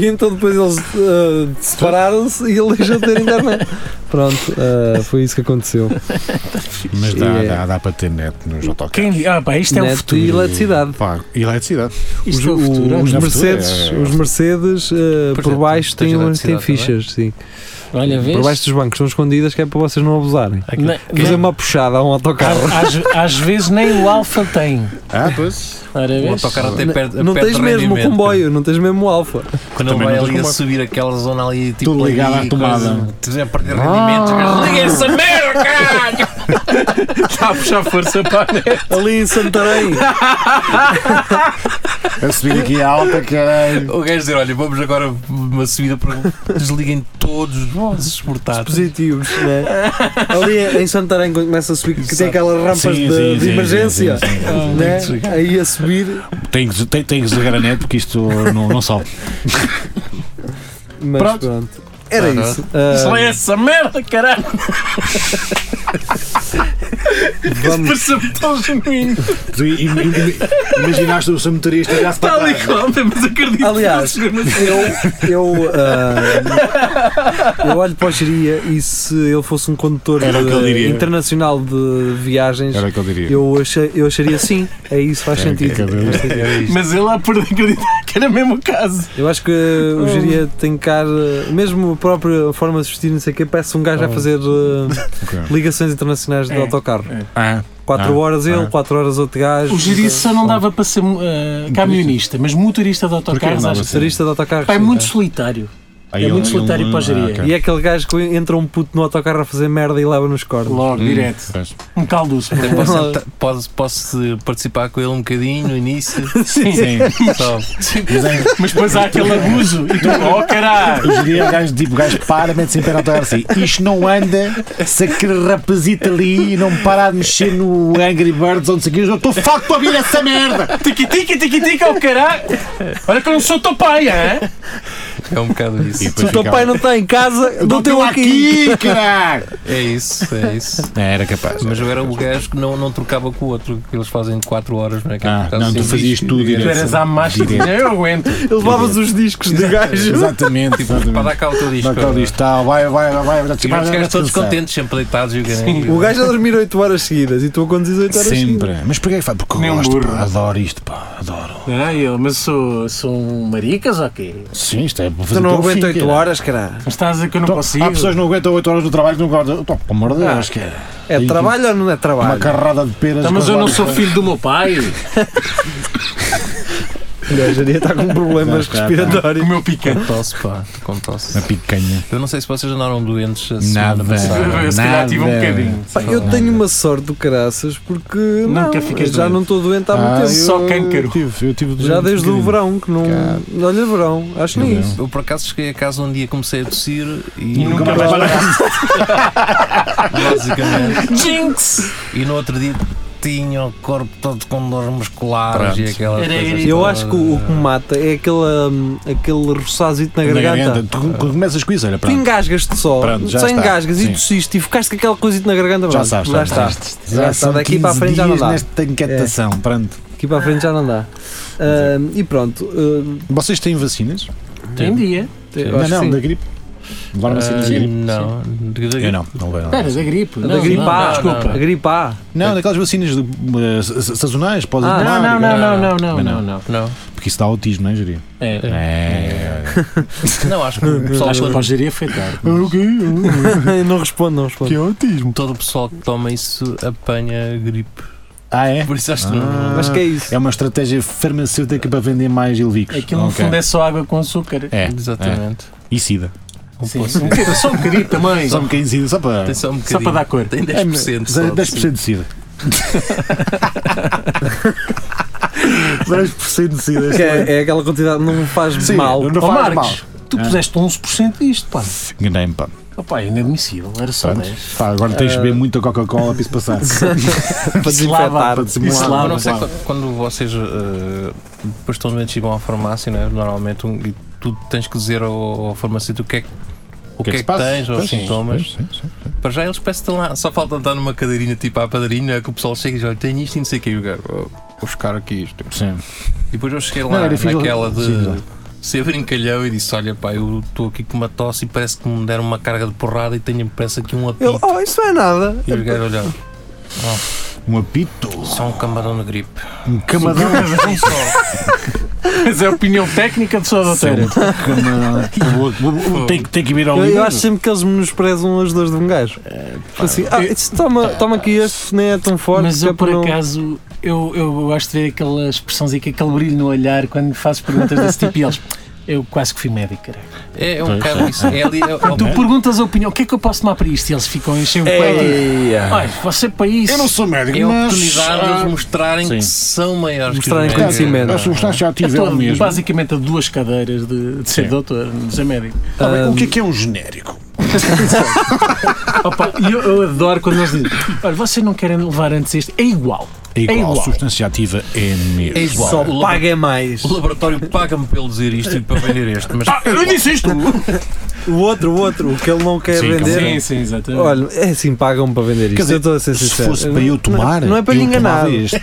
Speaker 2: E então depois eles ah, separaram-se e ele deixou de ter internet. Pronto, ah, foi isso que aconteceu.
Speaker 3: Mas dá,
Speaker 2: E é-
Speaker 3: dá, dá para ter net nos autocarros.
Speaker 4: Quem, ah, pá, isto é o
Speaker 2: Net e
Speaker 4: futuro.
Speaker 2: eletricidade.
Speaker 3: Pá, eletricidade.
Speaker 4: Isto é o
Speaker 2: os,
Speaker 4: futuro.
Speaker 2: os
Speaker 3: é o futuro,
Speaker 2: Mercedes,
Speaker 3: é-
Speaker 2: os Mercedes ah,
Speaker 5: Pois
Speaker 2: por
Speaker 5: é,
Speaker 2: baixo
Speaker 5: tens
Speaker 2: têm, umas- têm
Speaker 5: eletricidade
Speaker 2: fichas, sim.
Speaker 4: Olha, vês?
Speaker 2: Por baixo dos bancos estão escondidas que é para vocês não abusarem.
Speaker 5: aquilo-
Speaker 4: Na-
Speaker 2: Fazer
Speaker 4: na-
Speaker 2: uma puxada a um autocarro.
Speaker 4: às, às- às vezes nem o Alfa tem.
Speaker 3: Ah, pois.
Speaker 4: Ora,
Speaker 5: O
Speaker 4: vês?
Speaker 5: é um autocarro
Speaker 3: é
Speaker 5: até perde,
Speaker 2: não
Speaker 5: perde
Speaker 2: tens mesmo o
Speaker 5: rendimento.
Speaker 2: comboio, não tens mesmo o alfa.
Speaker 5: Quando
Speaker 3: Também
Speaker 5: ele vai
Speaker 3: não tens
Speaker 5: ali a
Speaker 3: comboio.
Speaker 5: subir aquela zona ali, tipo.
Speaker 3: Tudo ligado
Speaker 5: ali,
Speaker 3: à tomada.
Speaker 5: coisa, Te a perder rendimento. mas Liga essa merda, caralho! Está a puxar força para a net.
Speaker 2: Ali em Santarém.
Speaker 3: A subir aqui alta, é caralho.
Speaker 5: O gajo dizer: olha, vamos agora uma subida para. Desliguem todos os vozes portáteis.
Speaker 2: Positivos, né? Ali em Santarém, quando começa a subir, que tem aquelas rampas
Speaker 3: Sim,
Speaker 2: de,
Speaker 3: sim,
Speaker 2: de
Speaker 3: sim, sim,
Speaker 2: emergência,
Speaker 3: sim, sim.
Speaker 2: né? aí a subir,
Speaker 3: Tem que tem- tem que desligar a net porque isto não, não sobe.
Speaker 2: mas pronto.
Speaker 4: Pronto.
Speaker 2: Era
Speaker 5: Aham.
Speaker 2: isso.
Speaker 3: é
Speaker 2: Ah,
Speaker 4: Olha essa merda, caralho!
Speaker 2: vamos,
Speaker 4: Percebo tão genuíno.
Speaker 3: Tu i- i- Imaginaste o cemeterista já se para
Speaker 4: Tal e
Speaker 3: trás.
Speaker 4: qual, mas acredito
Speaker 2: Aliás,
Speaker 4: que não chegou
Speaker 2: eu,
Speaker 4: no-
Speaker 2: eu, ah, eu olho para o Geria e se ele fosse um condutor
Speaker 3: Era o que ele
Speaker 2: de-
Speaker 3: diria.
Speaker 2: internacional de viagens,
Speaker 3: Era o que eu diria.
Speaker 2: eu, achei, eu acharia sim, é isso, faz
Speaker 3: Era o que-
Speaker 2: sentido.
Speaker 3: que eu diria.
Speaker 4: Mas ele lá por acreditar que era mesmo o caso.
Speaker 2: Eu acho que
Speaker 4: Oh.
Speaker 2: o Jiria tem cara, mesmo a própria forma de vestir, não sei o que, parece um gajo a fazer eh,
Speaker 8: Oh. Ok.
Speaker 2: ligações internacionais de
Speaker 4: É.
Speaker 2: autocarro.
Speaker 8: Ah,
Speaker 2: 4
Speaker 8: Ah,
Speaker 2: horas ele,
Speaker 8: ah.
Speaker 2: 4 horas outro gajo. eh,
Speaker 4: O Jiri só não dava para ser ah, camionista, mas motorista de autocarros,
Speaker 8: não dava
Speaker 4: acho que
Speaker 2: Motorista de autocarro.
Speaker 4: Pá, é
Speaker 2: sim,
Speaker 4: muito
Speaker 2: é.
Speaker 4: solitário.
Speaker 8: aí
Speaker 4: É
Speaker 8: ele-
Speaker 4: muito
Speaker 8: ele-
Speaker 4: solitário para a geria.
Speaker 8: ok.
Speaker 2: E é aquele gajo que entra um puto no autocarro a fazer merda e leva nos cornos.
Speaker 4: Logo, direto.
Speaker 8: Pois.
Speaker 4: Um calduço. por
Speaker 5: Até
Speaker 4: exemplo.
Speaker 5: posso, enta- posso, posso participar com ele um bocadinho no início.
Speaker 4: Sim.
Speaker 8: Sim.
Speaker 5: Só.
Speaker 4: Mas depois há aquele abuso e tu, oh caralho!
Speaker 3: Eu diria o gajo, tipo, o gajo para, mete sempre a autogar assim. Isto não anda se aquele rapazito ali não parar de mexer no Angry Birds ou não sei o que. Eu estou farto a ouvir essa merda.
Speaker 4: Tiki-tica, tiki-tica, oh caralho! Olha que eu não sou teu pai, hein?
Speaker 5: É um bocado
Speaker 8: E
Speaker 5: isso.
Speaker 2: Se o
Speaker 8: depois
Speaker 2: teu
Speaker 8: ficava-
Speaker 2: pai não está em casa,
Speaker 3: Não
Speaker 2: dou-te
Speaker 3: estou
Speaker 2: eu aqui.
Speaker 3: aqui, caralho.
Speaker 5: É isso, é isso.
Speaker 8: É, era capaz.
Speaker 5: Mas eu era o gajo que não, não trocava com o outro, que eles fazem 4 horas, não é? Que é por
Speaker 8: Ah,
Speaker 5: causa
Speaker 8: não, tu
Speaker 5: assim,
Speaker 8: fazias
Speaker 5: disto,
Speaker 8: tudo
Speaker 5: disto,
Speaker 4: Tu
Speaker 8: direto.
Speaker 4: eras a macho,
Speaker 8: Direto.
Speaker 4: eu aguento.
Speaker 2: Ele levavas os discos do gajo.
Speaker 3: Exatamente,
Speaker 5: Tipo, Para dar
Speaker 3: exatamente.
Speaker 5: cá o teu disco.
Speaker 3: Dá cá o disco, tá, vai, vai, vai, vai. vai,
Speaker 5: E os
Speaker 3: vai
Speaker 5: gajos todos
Speaker 3: descansar.
Speaker 5: contentes, sempre deitados e o
Speaker 2: O
Speaker 5: caralho.
Speaker 2: gajo a dormir 8 horas seguidas e tu a conduzir 8 horas seguidas.
Speaker 3: Sempre. Mas porquê é que faz? Porque eu
Speaker 4: Nem um
Speaker 3: gosto,
Speaker 4: burro.
Speaker 3: pá, adoro isto, pá, adoro.
Speaker 4: Ah, eu, mas sou, sou um maricas ou quê?
Speaker 3: Sim, isto é para fazer
Speaker 2: Tu Então não
Speaker 8: então
Speaker 3: até ao fim,
Speaker 2: aguenta 8
Speaker 3: caralho.
Speaker 2: horas, caralho.
Speaker 4: Mas estás a dizer que eu não
Speaker 3: Então,
Speaker 4: consigo?
Speaker 3: Há pessoas que não aguentam 8 horas do trabalho que não guardam. Pelo amor de Deus, que é
Speaker 2: É
Speaker 3: Sim,
Speaker 2: trabalho ou não é
Speaker 3: uma
Speaker 2: trabalho?
Speaker 3: carrada de peras.
Speaker 4: Tá, mas
Speaker 3: com
Speaker 4: eu não
Speaker 3: vários-
Speaker 4: sou filho do meu pai.
Speaker 2: O Jiria está com problemas
Speaker 3: Tá, tá, tá.
Speaker 2: respiratórios.
Speaker 4: O meu picante.
Speaker 5: Tosse, pá, com tosse.
Speaker 3: Uma picanha.
Speaker 5: Eu não sei se vocês andaram doentes a
Speaker 3: Nada.
Speaker 5: semana passada.
Speaker 4: Eu se calhar tive um
Speaker 3: Nada.
Speaker 4: bocadinho.
Speaker 2: Pá, eu tenho uma sorte do caraças porque
Speaker 4: Nunca
Speaker 2: não,
Speaker 4: ficas
Speaker 2: já
Speaker 4: doente.
Speaker 2: não estou doente há muito
Speaker 3: Ah,
Speaker 2: tempo.
Speaker 4: Só câncer.
Speaker 3: Eu tive, eu tive
Speaker 2: Já
Speaker 3: doente
Speaker 2: desde
Speaker 3: um
Speaker 2: o
Speaker 3: bocadinho.
Speaker 2: verão que não. Olha, verão, acho que
Speaker 3: Meu
Speaker 2: nem
Speaker 3: Deus.
Speaker 2: isso.
Speaker 5: Eu por acaso cheguei a casa um dia comecei a tossir e,
Speaker 4: E nunca mais
Speaker 5: basicamente.
Speaker 4: Jinx!
Speaker 5: E no outro dia tinha o corpo todo com dores musculares e aquelas
Speaker 4: Era
Speaker 5: coisas.
Speaker 4: isso.
Speaker 2: Eu
Speaker 5: todas.
Speaker 2: acho que o, o que me mata é aquele, hum, aquele roçazito na,
Speaker 3: Na
Speaker 2: garganta.
Speaker 3: garganta. Tu com- começas com isso, olha,
Speaker 2: Tu
Speaker 3: pronto.
Speaker 2: engasgas-te só,
Speaker 3: Pronto, já
Speaker 2: só
Speaker 3: está.
Speaker 2: engasgas
Speaker 3: Sim.
Speaker 2: e tossiste e ficaste com aquela coisita na garganta.
Speaker 3: Já
Speaker 2: pronto,
Speaker 3: sabes,
Speaker 2: já
Speaker 3: já
Speaker 2: está. Já está,
Speaker 3: são
Speaker 2: daqui para a
Speaker 3: 15
Speaker 2: frente já não
Speaker 3: dias
Speaker 2: dá. É.
Speaker 3: Nesta inquietação, pronto.
Speaker 2: Aqui para a frente já não dá. Hum, e pronto, hum,
Speaker 3: Vocês têm vacinas?
Speaker 4: Tem dia.
Speaker 2: eu
Speaker 3: Não,
Speaker 2: acho
Speaker 3: não,
Speaker 2: que
Speaker 3: da
Speaker 2: sim.
Speaker 3: gripe. Levaram vacinas da
Speaker 5: Ah,
Speaker 3: gripe?
Speaker 5: Não,
Speaker 3: Eu não, não levaram.
Speaker 4: Espera, É, da gripe.
Speaker 2: Da
Speaker 4: Não,
Speaker 2: gripe
Speaker 4: não,
Speaker 2: A,
Speaker 4: Desculpa.
Speaker 2: a gripe A.
Speaker 3: Não, daquelas vacinas de, eh, sa- sa- sazonais, pode
Speaker 2: Ah,
Speaker 3: tomar.
Speaker 4: Não, não, não, não, não, não,
Speaker 3: Mas não.
Speaker 4: não, não.
Speaker 5: Não,
Speaker 3: Porque isso dá autismo, não é, Júri?
Speaker 4: É.
Speaker 3: É.
Speaker 5: não, acho que o pessoal
Speaker 4: Acho que
Speaker 5: todo,
Speaker 4: para a é geria foi tarde.
Speaker 2: não respondo, não respondo.
Speaker 3: autismo?
Speaker 5: todo o pessoal que toma isso apanha gripe.
Speaker 3: Ah, é?
Speaker 5: Por isso acho que não.
Speaker 2: Acho que é isso.
Speaker 3: É uma estratégia farmacêutica para vender mais Ilvicos.
Speaker 4: Aquilo no
Speaker 3: Ok.
Speaker 4: fundo é só água com açúcar.
Speaker 3: É,
Speaker 5: Exatamente.
Speaker 3: E sida.
Speaker 5: Um
Speaker 4: Sim.
Speaker 5: poço.
Speaker 4: Um bocadinho, Só um bocadinho também.
Speaker 3: Só um bocadinho de sida, só para.
Speaker 5: Tem só um
Speaker 4: Só
Speaker 5: bocadinho.
Speaker 4: para dar cor.
Speaker 5: Tem
Speaker 3: É,
Speaker 5: 10%. só,
Speaker 3: 10% de sida. 10% de sida.
Speaker 2: Que é, é aquela quantidade, é não faz
Speaker 3: Sim,
Speaker 2: mal.
Speaker 3: Não
Speaker 4: Ó
Speaker 3: faz mal.
Speaker 4: Marcos, tu puseste 11% disto, pá.
Speaker 3: Enganei-me, pá.
Speaker 4: Oh, pá, inadmissível. Era só
Speaker 3: Pronto.
Speaker 4: 10.
Speaker 3: Pá, Agora tens de beber muita Coca-Cola para isso passar.
Speaker 2: para desinfetar.
Speaker 3: Para
Speaker 4: Isso
Speaker 5: Eu
Speaker 4: lá-
Speaker 3: desimular.
Speaker 5: não sei
Speaker 4: Claro.
Speaker 5: quando- quando vocês eh, depois estão doentes e vão à farmácia, né? normalmente um, e tu tens que dizer ao, ao farmacêutico o que é que. O que é que,
Speaker 3: se passa?
Speaker 5: tens, ou
Speaker 3: Pois,
Speaker 5: os sintomas?
Speaker 3: pois, sim, sim.
Speaker 5: Para já eles parecem que estão lá, só falta andar numa cadeirinha tipo à padarinha, que o pessoal chega e diz: Olha, tenho isto e não sei o que, eu quero. Vou buscar aqui isto.
Speaker 3: Sim.
Speaker 5: E depois eu cheguei
Speaker 3: Não,
Speaker 5: lá
Speaker 3: era difícil-
Speaker 5: naquela de
Speaker 3: sim.
Speaker 5: ser brincalhão e disse: Olha, pá, eu estou aqui com uma tosse e parece que me deram uma carga de porrada e tenho, parece aqui um
Speaker 2: Ele,
Speaker 5: apito.
Speaker 2: oh, isso não é nada.
Speaker 5: E os gajos olharam:
Speaker 3: Um apito.
Speaker 5: Só um camarão de gripe.
Speaker 3: Um camadão.
Speaker 5: Um só.
Speaker 4: Mas é a opinião técnica de sua doutora.
Speaker 3: Tem, que- tem que vir ao
Speaker 2: Eu,
Speaker 3: livro.
Speaker 2: eu acho sempre que eles menosprezam as dores de um gajo. assim, ah, isso toma, toma aqui este, nem é tão forte.
Speaker 4: Mas
Speaker 2: que é
Speaker 4: eu, por
Speaker 2: para não-
Speaker 4: acaso, eu, eu gosto de ver aquela expressãozinha, aquele brilho no olhar quando faço perguntas desse tipo e eles. Eu quase que fui médico, cara.
Speaker 5: É, é um bocado isso. É ali, é,
Speaker 4: Quando tu perguntas a opinião, o que é que eu posso tomar para isto? E eles ficam enchendo
Speaker 2: É.
Speaker 4: o peito. Olha, você para isso.
Speaker 3: Eu não sou médico,
Speaker 5: É a
Speaker 3: mas.
Speaker 5: oportunidade de
Speaker 3: ah,
Speaker 5: eles
Speaker 2: um
Speaker 5: mostrarem
Speaker 3: sim.
Speaker 5: que são maiores
Speaker 2: Mostrarem
Speaker 5: que os médicos.
Speaker 2: conhecimento.
Speaker 3: A substância
Speaker 4: Eu
Speaker 3: ativa é
Speaker 4: estou
Speaker 3: o mesmo.
Speaker 4: basicamente a duas cadeiras de, de ser
Speaker 3: Sim.
Speaker 4: doutor, de ser médico.
Speaker 3: Ah, bem, O que é que é um genérico?
Speaker 4: Opa, e eu, eu adoro quando eles dizem: Olha, vocês não querem levar antes este? É igual.
Speaker 3: É igual,
Speaker 4: igual.
Speaker 3: a substância ativa é mesmo.
Speaker 5: É igual.
Speaker 2: Só
Speaker 5: o, lab-
Speaker 2: paga mais.
Speaker 5: o laboratório paga-me pelo dizer isto e para vender este, mas
Speaker 4: eu não disse isto!
Speaker 2: O outro, o outro, o que ele não quer
Speaker 3: Sim,
Speaker 2: vender.
Speaker 4: Sim, sim, exatamente.
Speaker 2: Olha, é assim, pagam para vender isto.
Speaker 3: dizer,
Speaker 2: eu estou a ser
Speaker 3: se
Speaker 2: sincero.
Speaker 3: fosse para eu tomar,
Speaker 2: Não, não é para
Speaker 3: eu
Speaker 2: lhe enganar.
Speaker 3: tomava este.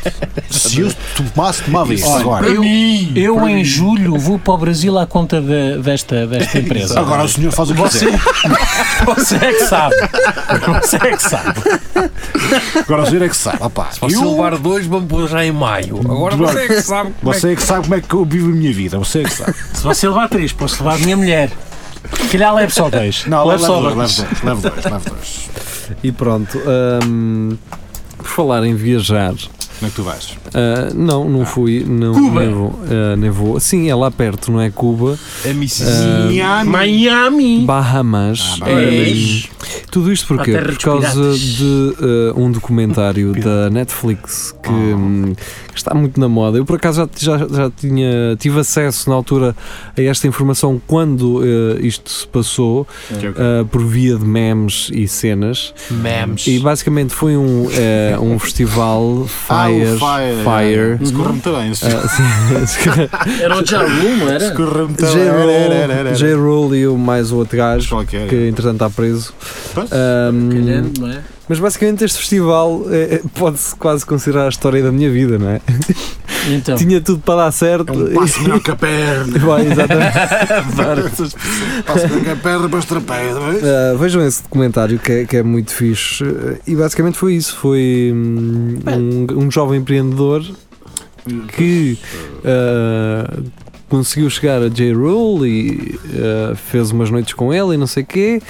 Speaker 3: Se eu tomasse, tomava este agora.
Speaker 4: eu, eu em julho vou para o Brasil à conta de- desta, desta empresa.
Speaker 3: Agora o senhor faz o que
Speaker 4: Você-
Speaker 3: quiser.
Speaker 4: você é que sabe. Você é que sabe.
Speaker 3: Agora o senhor é que sabe. Opá,
Speaker 5: posso
Speaker 3: eu
Speaker 5: levar comprar dois, vamos pôr já em maio. Agora você é que sabe como é
Speaker 9: Você é que sabe como é que eu vivo a minha vida, você é que sabe.
Speaker 4: Se você levar três, posso levar a minha mulher. Se calhar levo só dois.
Speaker 9: Não,
Speaker 4: Leve
Speaker 9: leva
Speaker 4: só
Speaker 9: dois,
Speaker 4: dois.
Speaker 9: leva dois, leva dois, leva dois.
Speaker 2: E pronto, hum, por falar em viajar,
Speaker 3: Como é que tu vais?
Speaker 2: ah, não, não fui. Não,
Speaker 4: Cuba!
Speaker 2: Nem vou, ah, nem vou. Sim, é lá perto, não é Cuba.
Speaker 5: que é. A Mississippi.
Speaker 4: Miami!
Speaker 2: Bahamas.
Speaker 3: Ah,
Speaker 2: Hum,
Speaker 4: Eis.
Speaker 2: Tudo isto porquê?
Speaker 4: A terra
Speaker 2: Por
Speaker 4: dos
Speaker 2: causa
Speaker 4: piratas.
Speaker 2: de eh, um documentário da Netflix que, hum, que está muito na moda. Eu por acaso já, já, já tinha, tive acesso na altura a esta informação quando eh, isto se passou, eh, por via de memes e cenas.
Speaker 5: Memes.
Speaker 2: E basicamente foi um, eh, um festival
Speaker 3: Ah,
Speaker 2: Fire.
Speaker 3: o Fire.
Speaker 2: Fire.
Speaker 3: Escorre muito bem. esse-
Speaker 2: eh, sim, se-
Speaker 4: Era o Jarul, não
Speaker 2: é.
Speaker 4: era?
Speaker 3: Escorre muito É,
Speaker 2: J. Rule- J. Rule e o mais outro gajo
Speaker 3: Qualquer.
Speaker 2: que é, entretanto está preso.
Speaker 3: é Pois.
Speaker 2: Ahm,
Speaker 4: Calhando, não é?
Speaker 2: Mas basicamente este festival eh, eh, pode-se quase considerar a história da minha vida, não é?
Speaker 4: E Então,
Speaker 2: Tinha tudo para dar certo.
Speaker 3: É um passo melhor que a perna.
Speaker 2: Vai, exatamente.
Speaker 3: passo melhor que a perna para os trapézios.
Speaker 2: Ah, vejam esse documentário que é, que é muito fixe. Ah, E basicamente foi isso: foi hum, um, um jovem empreendedor que ah, conseguiu chegar a J. Rule e ah, fez umas noites com ele e não sei o quê.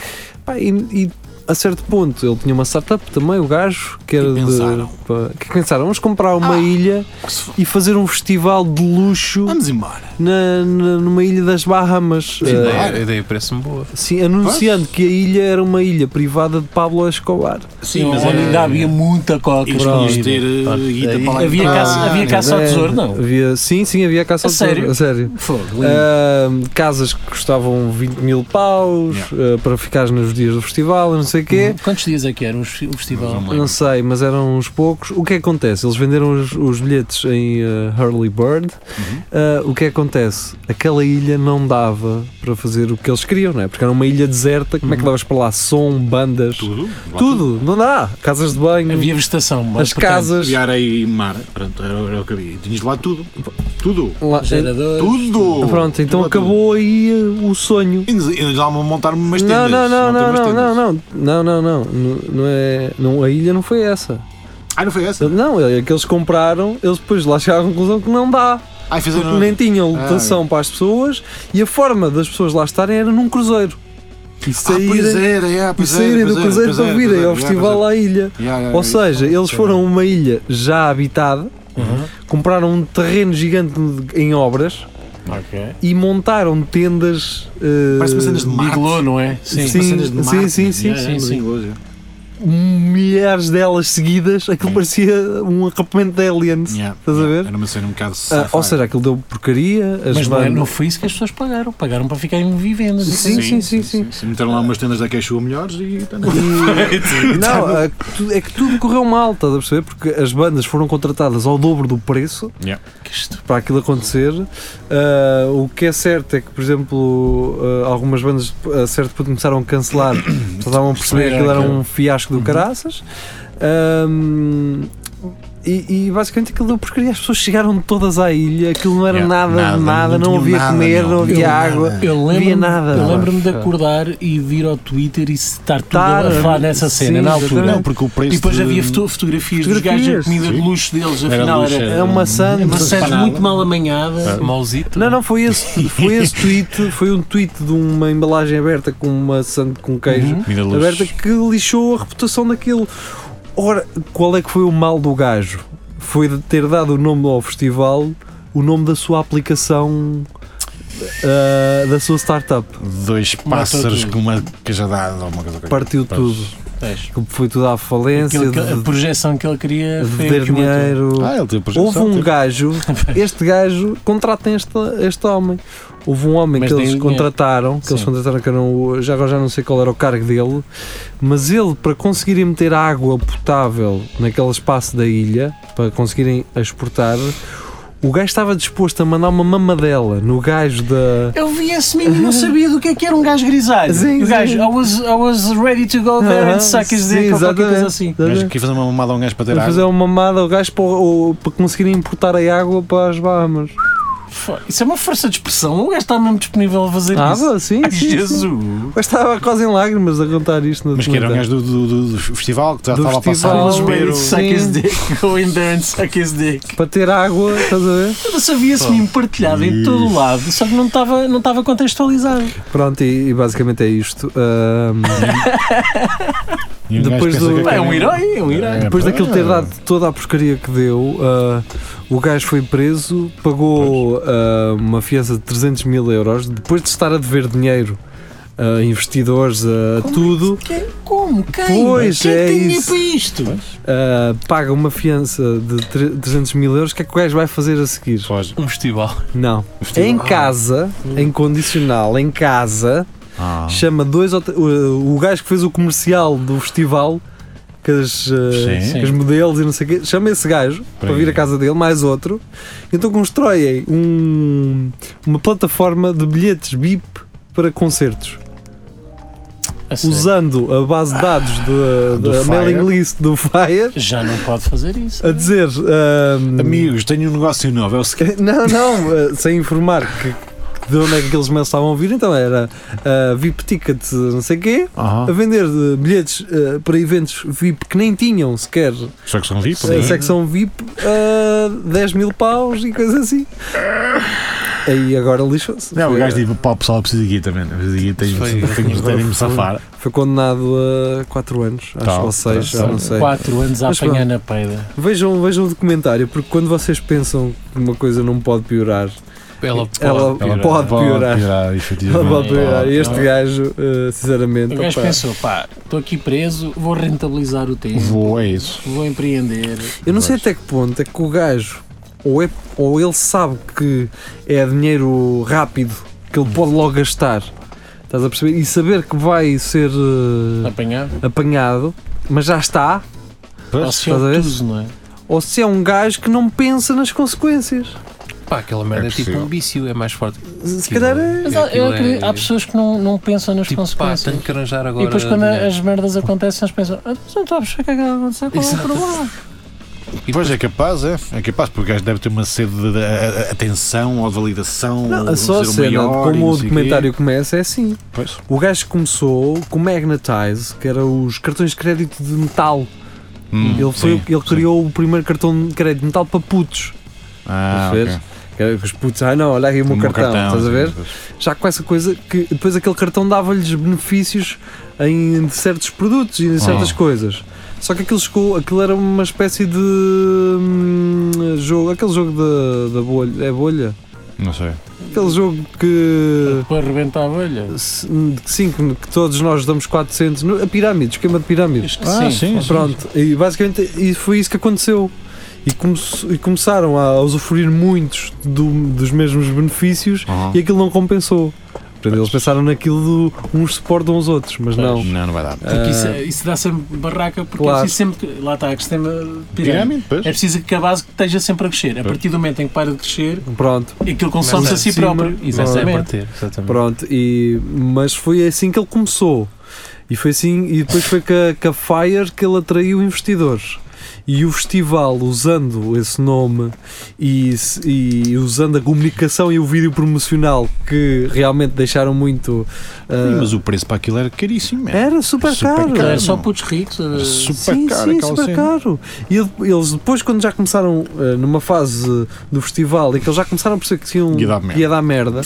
Speaker 2: Pá, e, e a certo ponto ele tinha uma startup também, o gajo, que era de.
Speaker 3: pensaram? Ah,
Speaker 2: pá, que pensaram, vamos comprar uma ilha
Speaker 3: Que se Ah, f-
Speaker 2: e fazer um festival de luxo
Speaker 3: Vamos embora.
Speaker 2: na, na- numa ilha das Bahamas.
Speaker 5: A
Speaker 2: Ah,
Speaker 5: ideia, a ideia parece-me boa.
Speaker 2: Sim, anunciando que a ilha era uma ilha privada de Pablo Escobar.
Speaker 4: sim, mas
Speaker 3: é-
Speaker 4: ainda havia muita coca.
Speaker 3: Isto
Speaker 2: Pronto.
Speaker 3: podias ter eh, guita para lá
Speaker 4: Havia
Speaker 3: entrar.
Speaker 4: caça- havia caça ao
Speaker 2: É,
Speaker 4: tesouro, não?
Speaker 2: Havia, sim, sim, havia caça
Speaker 4: A
Speaker 2: ao tesouro.
Speaker 4: sério?
Speaker 2: A sério.
Speaker 4: Fogo,
Speaker 2: É. Ahm, casas que custavam 20 mil paus ah, para ficares nos dias do festival, eu não sei o quê.
Speaker 4: Quantos dias é que era o festi- o festival?
Speaker 2: Não sei, mas eram uns poucos. O que é que acontece? Eles venderam os, os bilhetes em ah, Hurley Bird. Ah, o que é que acontece? Aquela ilha não dava para fazer o que eles queriam, não é? Porque era uma ilha deserta. Como é que levas para lá som, bandas?
Speaker 3: Tudo.
Speaker 2: Tudo, não dá. Casas de banho,
Speaker 4: Havia vegetação. mas,
Speaker 2: as
Speaker 4: portanto,
Speaker 2: casas.
Speaker 3: Havia areia e mar. Pronto, era, era o que havia. E Tinhas lá tudo. Tudo.
Speaker 2: Lá-
Speaker 4: Gerador.
Speaker 3: Tudo.
Speaker 2: Pronto, então
Speaker 3: Tudo,
Speaker 2: acabou aí eh, o sonho.
Speaker 3: tudo. E ainda lá montaram-me umas
Speaker 2: Não,
Speaker 3: tendas.
Speaker 2: não, não, não,
Speaker 3: Montaram-me umas
Speaker 2: não, não,
Speaker 3: tendas.
Speaker 2: não, não, não, não, N- não é, não, a ilha não foi essa.
Speaker 3: Ah, não foi essa?
Speaker 2: Não, é que eles compraram, eles depois lá chegaram à conclusão que não dá,
Speaker 3: Ah,
Speaker 2: porque
Speaker 3: fizeram.
Speaker 2: nem tinham lotação para as pessoas e a forma das pessoas lá estarem era num cruzeiro. E
Speaker 3: Ah, pois
Speaker 2: saírem,
Speaker 3: era, é,
Speaker 2: e
Speaker 3: pois era,
Speaker 2: saírem do
Speaker 3: pois era,
Speaker 2: cruzeiro
Speaker 3: pois
Speaker 2: para
Speaker 3: era,
Speaker 2: virem
Speaker 3: pois
Speaker 2: ao
Speaker 3: era,
Speaker 2: festival
Speaker 3: pois é.
Speaker 2: à ilha.
Speaker 3: era. Yeah, yeah,
Speaker 2: Ou
Speaker 3: yeah.
Speaker 2: seja,
Speaker 3: é.
Speaker 2: eles foram a uma ilha já habitada,
Speaker 4: Uhum.
Speaker 2: compraram um terreno gigante em obras
Speaker 4: Ok.
Speaker 2: e montaram tendas. eh,
Speaker 3: Parece umas cenas de Marte.
Speaker 4: Bigelô, não é?
Speaker 2: Sim,
Speaker 3: Umas cenas de
Speaker 2: sim,
Speaker 3: Marte.
Speaker 2: sim, sim,
Speaker 3: Yeah,
Speaker 4: sim,
Speaker 3: yeah,
Speaker 4: sim.
Speaker 3: inglês, yeah.
Speaker 2: milhares delas seguidas, aquilo parecia um acampamento de aliens.
Speaker 3: Yeah,
Speaker 2: Estás a ver?
Speaker 3: Era uma cena um bocado.
Speaker 2: Ah, ou
Speaker 3: sci-fi.
Speaker 2: seja, aquilo deu porcaria, as
Speaker 4: Mas não, é-
Speaker 2: bandas-
Speaker 4: não foi isso que as pessoas pagaram. Pagaram para ficarem vivendo.
Speaker 2: Sim, sim, sim, sim.
Speaker 3: Se meteram lá umas tendas da Queixua melhores e. tá
Speaker 2: E- não, é que tu- é que tudo correu mal, estás a perceber? Porque as bandas foram contratadas ao dobro do preço
Speaker 4: Que isto-
Speaker 2: para aquilo acontecer. Ah, o que é certo é que, por exemplo, ah, algumas bandas a certo ponto começaram a cancelar, só estavam a perceber que aquilo era um fiasco do caraças. Ahm, e, e basicamente aquilo deu porcaria. As pessoas chegaram todas à ilha, aquilo não era
Speaker 3: Yeah,
Speaker 2: nada,
Speaker 3: nada,
Speaker 2: de nada,
Speaker 3: não
Speaker 2: não
Speaker 3: tinham
Speaker 2: havia
Speaker 3: nada,
Speaker 2: comer,
Speaker 3: não,
Speaker 2: não, havia
Speaker 3: tinham
Speaker 2: água.
Speaker 3: nada.
Speaker 4: Eu
Speaker 2: havia
Speaker 4: lembro-me
Speaker 2: nada.
Speaker 4: eu
Speaker 2: Não.
Speaker 4: lembro-me de acordar e de ir ao Twitter e estar tudo a
Speaker 2: Estar-
Speaker 4: falar nessa cena
Speaker 2: Tá, sim,
Speaker 4: na altura.
Speaker 2: exatamente.
Speaker 3: Não, porque o
Speaker 4: E
Speaker 3: preço.
Speaker 4: depois
Speaker 3: de-
Speaker 4: havia foto- fotografias, dos gajos, a
Speaker 2: Fotografias.
Speaker 4: comida de luxo deles, afinal
Speaker 3: luxo,
Speaker 4: era
Speaker 2: É uma sand.
Speaker 4: uma série
Speaker 3: empanada.
Speaker 4: muito mal
Speaker 2: É.
Speaker 4: amanhada.
Speaker 5: Mauzito.
Speaker 2: Não, não, foi esse, foi esse tweet, foi um tweet de uma embalagem aberta com uma sand com queijo
Speaker 4: Uhum.
Speaker 3: Comida de
Speaker 2: aberta
Speaker 3: luxo.
Speaker 2: que lixou a reputação daquilo. Ora, qual é que foi o mal do gajo? Foi de ter dado o nome ao festival, o nome da sua aplicação, ah, da sua startup.
Speaker 3: Dois pássaros
Speaker 4: tudo.
Speaker 3: com uma queijadada ou uma coisa qualquer.
Speaker 2: Partiu tudo.
Speaker 4: Pois.
Speaker 2: Foi tudo à falência,
Speaker 4: Aquilo que- a
Speaker 2: de,
Speaker 4: projeção que ele queria
Speaker 2: de
Speaker 4: foi
Speaker 2: ter
Speaker 4: a que matou.
Speaker 2: dinheiro.
Speaker 3: Ah, ele teve projeção.
Speaker 2: Houve um
Speaker 4: tipo.
Speaker 3: teve.
Speaker 2: gajo, este gajo, contratem este, este homem. Houve um homem
Speaker 4: Mas
Speaker 2: que
Speaker 4: tem
Speaker 2: eles
Speaker 4: dinheiro.
Speaker 2: contrataram, que eles
Speaker 4: Sim.
Speaker 2: contrataram que era um- já agora já não sei qual era o cargo dele, mas ele para conseguirem meter água potável naquele espaço da ilha, para conseguirem a exportar, o gajo estava disposto a mandar uma mamadela no gajo da.
Speaker 4: Eu vi esse menino e não sabia do que é que era um gajo grisalho.
Speaker 2: Sim,
Speaker 4: E o gajo,
Speaker 2: sim.
Speaker 4: I was, I was ready to go there
Speaker 2: Aham,
Speaker 4: and suck his
Speaker 2: sim,
Speaker 4: dick ou qualquer
Speaker 2: exatamente.
Speaker 4: coisa assim.
Speaker 3: Um gajo que ia fazer uma mamada a um gajo para ter
Speaker 2: A fazer
Speaker 3: água.
Speaker 2: uma mamada ao gajo para, o- para conseguirem importar a água para as Bahamas.
Speaker 4: Fo- Isso é uma força de expressão. O gajo está mesmo disponível a fazer
Speaker 2: Ah,
Speaker 4: isso.
Speaker 2: sim,
Speaker 4: Ai,
Speaker 2: sim, sim.
Speaker 4: Jesus!
Speaker 2: Mas estava quase em lágrimas a contar isto no
Speaker 3: Mas que era um
Speaker 2: documentário.
Speaker 3: gajo do, do, do- do festival que já
Speaker 2: Do
Speaker 3: estava a
Speaker 2: festival,
Speaker 3: passar.
Speaker 4: Go
Speaker 2: Espero-
Speaker 4: and suck his
Speaker 2: Sim.
Speaker 4: dick. Go in there and suck his dick.
Speaker 2: Para ter água, estás a ver?
Speaker 4: Mas havia-se meme partilhado em todo o lado, só que não estava não estava contextualizado.
Speaker 2: Pronto, e, e basicamente é isto. Ahm,
Speaker 3: É E um gajo
Speaker 2: Depois
Speaker 3: pensa
Speaker 2: do-
Speaker 3: que
Speaker 4: Pá,
Speaker 3: aquilo-
Speaker 4: É um herói, é um herói.
Speaker 2: depois
Speaker 3: pá.
Speaker 2: daquilo ter dado toda a porcaria que deu, ah, o gajo foi preso, pagou ah, uma fiança de 300 mil euros, depois de estar a dever dinheiro ah, a investidores, a
Speaker 4: Como é
Speaker 2: tudo.
Speaker 4: Quem- Como? Quem?
Speaker 2: Pois,
Speaker 4: Quem
Speaker 2: é
Speaker 4: tem dinheiro
Speaker 2: isso.
Speaker 4: para isto?
Speaker 2: Uh, paga uma fiança de tre- 300 mil euros, o que é que o gajo vai fazer a seguir?
Speaker 3: Foge.
Speaker 5: Um festival.
Speaker 2: Não. Em casa,
Speaker 4: Ah.
Speaker 2: em condicional, em casa, chama dois ou tre- o, o gajo que fez o comercial do festival, com as, uh,
Speaker 3: Sim.
Speaker 2: com os modelos e não sei o quê, chama esse gajo para vir à casa dele, mais outro, então constroem um- uma plataforma de bilhetes BIP para concertos
Speaker 4: A sério?
Speaker 2: usando a base de dados da-
Speaker 3: Ah, Do
Speaker 2: da
Speaker 3: Fire.
Speaker 2: mailing list do Fire
Speaker 4: Já não pode fazer isso.
Speaker 2: a dizer ahm,
Speaker 3: Amigos, tenho um negócio novo. É o seguinte.
Speaker 2: não, não, eh, sem informar que que de onde é que aqueles mails estavam a vir, então era ah, VIP Ticket, não sei quê, a vender eh, bilhetes eh, para eventos VIP que nem tinham sequer
Speaker 3: Só que são é? VIP.
Speaker 2: a secção VIP a 10 eh, mil paus e coisas assim. Aí agora lixou-se.
Speaker 3: Não, o
Speaker 2: Foi,
Speaker 3: gajo diz, pá, o pessoal precisa de guia também. né? Precisa de guia, tenho,
Speaker 5: Foi-
Speaker 3: tenho, tenho, tenho de me safar.
Speaker 2: eh, foi condenado a 4 anos, acho,
Speaker 3: Tá,
Speaker 2: ou 6, já não sei.
Speaker 4: 4 anos a
Speaker 2: Mas
Speaker 4: apanhar
Speaker 2: pronto.
Speaker 4: na peida.
Speaker 2: Vejam, vejam o documentário, porque quando vocês pensam que uma coisa não pode piorar,
Speaker 5: Ela
Speaker 2: Ela-
Speaker 5: pode. piorar.
Speaker 2: pode piorar.
Speaker 3: piorar,
Speaker 2: ela
Speaker 3: efetivamente.
Speaker 2: pode piorar. E este
Speaker 3: Pode.
Speaker 2: gajo, eh, sinceramente,
Speaker 4: O gajo
Speaker 2: opá,
Speaker 4: pensou, pá, estou aqui preso, vou rentabilizar o tempo, vou,
Speaker 3: Vou, é isso.
Speaker 4: empreender.
Speaker 2: Eu não sei até que ponto é que o gajo ou, é, ou ele sabe que é dinheiro rápido que ele pode logo gastar, estás a perceber? E saber que vai ser eh,
Speaker 4: Apanhar?
Speaker 2: apanhado, mas já está,
Speaker 4: Ou se é
Speaker 2: estás a ver?
Speaker 4: obtuso, não é?
Speaker 2: ou se é um gajo que não pensa nas consequências.
Speaker 5: Pá, aquela merda é, tipo
Speaker 3: possível.
Speaker 5: um vício, é mais forte. Tipo,
Speaker 2: Se calhar é. Tipo,
Speaker 4: Mas há, eu
Speaker 5: Aquilo é-
Speaker 4: acredito- há pessoas que não, não pensam nas
Speaker 5: pá,
Speaker 4: consequências.
Speaker 5: tenho que arranjar agora.
Speaker 4: e depois quando
Speaker 5: dinheiro.
Speaker 4: as merdas acontecem, eles pensam, ah, mas não estou a perceber o que é que vai acontecer, qual é o
Speaker 5: Exato.
Speaker 4: problema?
Speaker 5: E
Speaker 3: Pois é capaz, é. É capaz, porque o gajo deve ter uma sede de, de a- a- atenção ou de validação.
Speaker 2: Não,
Speaker 3: ou
Speaker 2: é a só a
Speaker 3: Um ser o
Speaker 2: cena, de
Speaker 3: maior e
Speaker 2: como
Speaker 3: não
Speaker 2: o
Speaker 3: sei quê.
Speaker 2: documentário começa, é assim.
Speaker 3: Pois.
Speaker 2: O gajo começou com Magnetize, que era os cartões de crédito de metal.
Speaker 3: Hum,
Speaker 2: ele foi,
Speaker 3: sim,
Speaker 2: ele
Speaker 3: sim.
Speaker 2: criou o primeiro cartão de crédito de metal para putos.
Speaker 3: Ah,
Speaker 2: Percebes?
Speaker 3: ok.
Speaker 2: Que era que os putos, ah não, olha aí o meu, cartão, estás a ver? Já com essa coisa que depois aquele cartão dava-lhes benefícios em certos produtos e em certas coisas. Só que aquilo chegou, aquilo era uma espécie de hum, jogo, aquele jogo da, da bolha, é bolha?
Speaker 3: Não sei.
Speaker 2: Aquele jogo que.
Speaker 4: Para arrebentar a abelha.
Speaker 2: se- que Sim, que que todos nós damos 400, no- a pirâmide, esquema de pirâmide.
Speaker 4: Acho que Ah, sim.
Speaker 2: Pronto, e basicamente e foi isso que aconteceu. E, come- e começaram a usufruir muitos do- dos mesmos benefícios
Speaker 3: Aham.
Speaker 2: e aquilo não compensou. Portanto, eles pensaram naquilo de uns suportam os outros, mas não.
Speaker 3: Não, não vai dar.
Speaker 4: Porque isso, é-
Speaker 2: Ah,
Speaker 4: isso dá sempre barraca, porque
Speaker 2: Claro.
Speaker 4: é preciso sempre. que- Lá está a questão da pirâmide.
Speaker 3: Pirâmide, pois.
Speaker 4: É preciso que a base esteja sempre a crescer. A partir do momento em que para de crescer,
Speaker 2: Pronto,
Speaker 4: aquilo consome-se
Speaker 5: Começa
Speaker 4: a si
Speaker 2: de cima,
Speaker 4: próprio.
Speaker 5: Começa a
Speaker 4: Exatamente.
Speaker 5: partir, é exatamente.
Speaker 2: pronto. E, mas foi assim que ele começou. E foi assim, e depois foi com a, com a Fire que ele atraiu investidores. E o festival, usando esse nome e, se- e usando a comunicação e o vídeo promocional que realmente deixaram muito. ah,
Speaker 3: Mas o preço para aquilo era caríssimo. é.
Speaker 2: era super,
Speaker 3: super
Speaker 2: caro.
Speaker 3: caro.
Speaker 4: É só putos ricos. eh,
Speaker 3: Super
Speaker 2: sim,
Speaker 3: caro
Speaker 2: sim,
Speaker 3: aquela
Speaker 2: super
Speaker 3: cena.
Speaker 2: caro. E ele- eles depois, quando já começaram eh, numa fase do festival em que eles já começaram a perceber que tinham
Speaker 3: Ia dar merda.
Speaker 2: ia dar merda,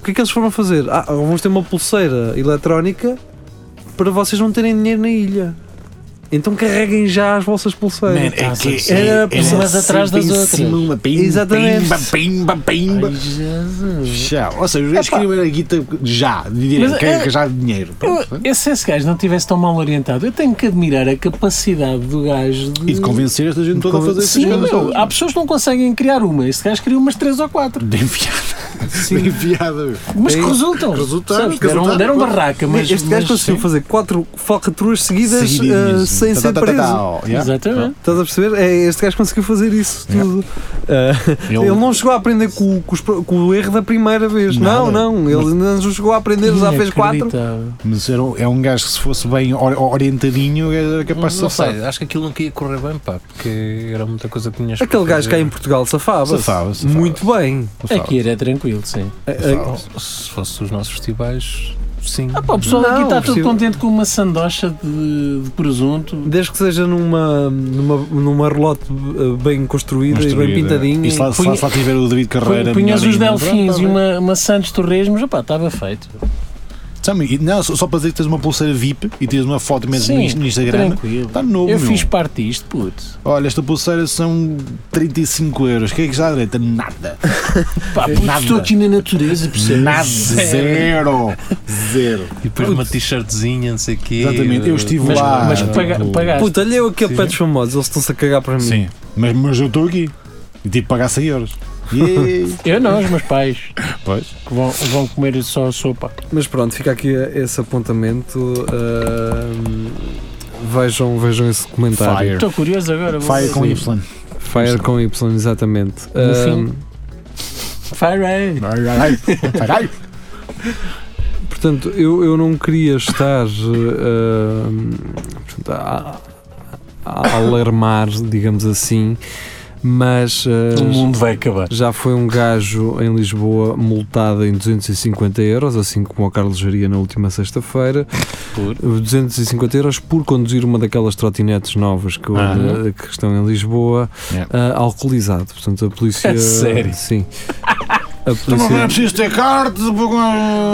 Speaker 2: o que é que eles foram fazer? Ah, vamos ter uma pulseira eletrónica para vocês não terem dinheiro na ilha. Então carreguem já as vossas
Speaker 3: Man,
Speaker 4: Ah,
Speaker 2: pulseiras.
Speaker 3: é que
Speaker 2: Era
Speaker 3: é-
Speaker 2: umas
Speaker 3: era
Speaker 4: atrás das
Speaker 3: sempre em
Speaker 4: outras.
Speaker 3: cima, uma pimba,
Speaker 2: Exatamente.
Speaker 3: Pimba, pimba,
Speaker 4: Ai,
Speaker 3: pimba.
Speaker 4: Jesus.
Speaker 3: Já, ou seja, os gajos
Speaker 4: Epá.
Speaker 3: queriam era a guita já, de
Speaker 4: Mas
Speaker 3: direito, querem
Speaker 4: é-
Speaker 3: que já de dinheiro.
Speaker 4: Eu,
Speaker 3: Pronto.
Speaker 4: eu, se esse gajo não estivesse tão mal orientado, eu tenho que admirar a capacidade do gajo de.
Speaker 3: E de convencer esta gente toda a fazer
Speaker 4: Sim,
Speaker 3: essas coisas.
Speaker 4: meu, há pessoas que não conseguem criar uma. Este gajo criou umas três ou quatro.
Speaker 3: De enfiar.
Speaker 2: Sim.
Speaker 3: Enviada. meu.
Speaker 4: Mas que
Speaker 2: Sim.
Speaker 4: resultam.
Speaker 3: Resultaram,
Speaker 4: sabes? Deram,
Speaker 3: resultaram.
Speaker 4: deram barraca, mas.
Speaker 2: este gajo
Speaker 4: mas-
Speaker 2: conseguiu
Speaker 4: sim.
Speaker 2: fazer quatro falcatruas
Speaker 4: eh,
Speaker 2: seguidas
Speaker 3: Seguidinhas,
Speaker 2: ah, sem
Speaker 3: tá,
Speaker 2: ser
Speaker 3: tá, tá, tá,
Speaker 2: preso.
Speaker 3: tá, yeah.
Speaker 4: Exatamente.
Speaker 2: Estás a perceber? É, este gajo conseguiu fazer isso
Speaker 3: É.
Speaker 2: tudo. Ah, ele... não chegou a aprender com, com os pro- com o erro da primeira vez. Não, não. Ele ainda não chegou a aprender, já fez quatro.
Speaker 4: Inacreditável.
Speaker 3: Mas era um- é um gajo que se fosse bem or- orientadinho era capaz de
Speaker 5: não
Speaker 3: safar.
Speaker 5: sei, acho que aquilo nunca ia correr bem, pá, porque era muita coisa que tinhas
Speaker 2: Aquele gajo cá em Portugal safava.
Speaker 3: Safava, safava.
Speaker 2: Muito bem.
Speaker 4: Aqui era tranquilo, sim.
Speaker 2: Ah,
Speaker 5: Se fosse os nossos festivais, sim.
Speaker 4: Ah, pá, o pessoal
Speaker 2: Não,
Speaker 4: aqui está todo
Speaker 2: possível.
Speaker 4: contente com uma sandocha de, de presunto.
Speaker 2: Desde que seja numa, numa, numa relote ah, bem
Speaker 4: é,
Speaker 2: construída, e bem
Speaker 3: Construída.
Speaker 2: pintadinha.
Speaker 3: eh, E se lá, se lá- se lá tiver o David Carreira.
Speaker 4: Punhas os
Speaker 3: melhorinho,
Speaker 4: delfins
Speaker 3: pronto,
Speaker 4: e
Speaker 3: tá bem.
Speaker 4: uma, uma Santos Torresmos, opá, estava feito.
Speaker 3: Sabe, e Não, só, só para dizer que tens uma pulseira VIP e tens uma foto mesmo
Speaker 4: Sim,
Speaker 3: no no Instagram.
Speaker 4: tranquilo.
Speaker 3: Está novo,
Speaker 4: Eu
Speaker 3: Tá meu.
Speaker 4: fiz parte disto, puto.
Speaker 3: Olha, esta pulseira são 35 euros. O que é que está à direita? Nada.
Speaker 4: Pá, puto,
Speaker 3: Nada.
Speaker 4: estou aqui na natureza, percebes?
Speaker 3: Nada. Zero. Zero.
Speaker 5: E depois uma t-shirtzinha, não sei o quê.
Speaker 3: Exatamente, eu estive
Speaker 4: Mas,
Speaker 3: lá.
Speaker 4: mas que paga,
Speaker 3: Tipo,
Speaker 4: pagaste.
Speaker 2: Puta, olha eu aqui a pé dos famosos, eles estão-se a cagar para mim.
Speaker 3: Sim. Mas, mas eu estou aqui. E tive que pagar 100 euros. Yeah.
Speaker 4: Eu não, os meus pais
Speaker 3: pois.
Speaker 4: que vão, vão comer só a sopa.
Speaker 2: Mas pronto, fica aqui eh, esse apontamento. ahm, vejam, vejam esse comentário.
Speaker 4: Estou curioso agora. vou
Speaker 3: Fire
Speaker 4: ver.
Speaker 3: com Y.
Speaker 2: Fire, com Y, exatamente. Ahm,
Speaker 4: fim. Fire aí.
Speaker 3: Ai, ai, ai. Ai.
Speaker 2: portanto, eu, eu não queria estar ahm, portanto, a, a alarmar, digamos assim, mas. ah,
Speaker 4: O mundo vai acabar.
Speaker 2: Já foi um gajo em Lisboa multado em 250 euros, assim como o Carlos Jaria na última sexta-feira.
Speaker 4: Por?
Speaker 2: 250 euros por conduzir uma daquelas trotinetes novas que,
Speaker 4: Aham.
Speaker 2: eh, que estão em Lisboa,
Speaker 3: Yeah.
Speaker 2: ah, alcoolizado. Portanto, a polícia.
Speaker 4: É sério?
Speaker 2: Sim. A
Speaker 3: Tu não é
Speaker 2: polícia.
Speaker 3: preciso ter carta.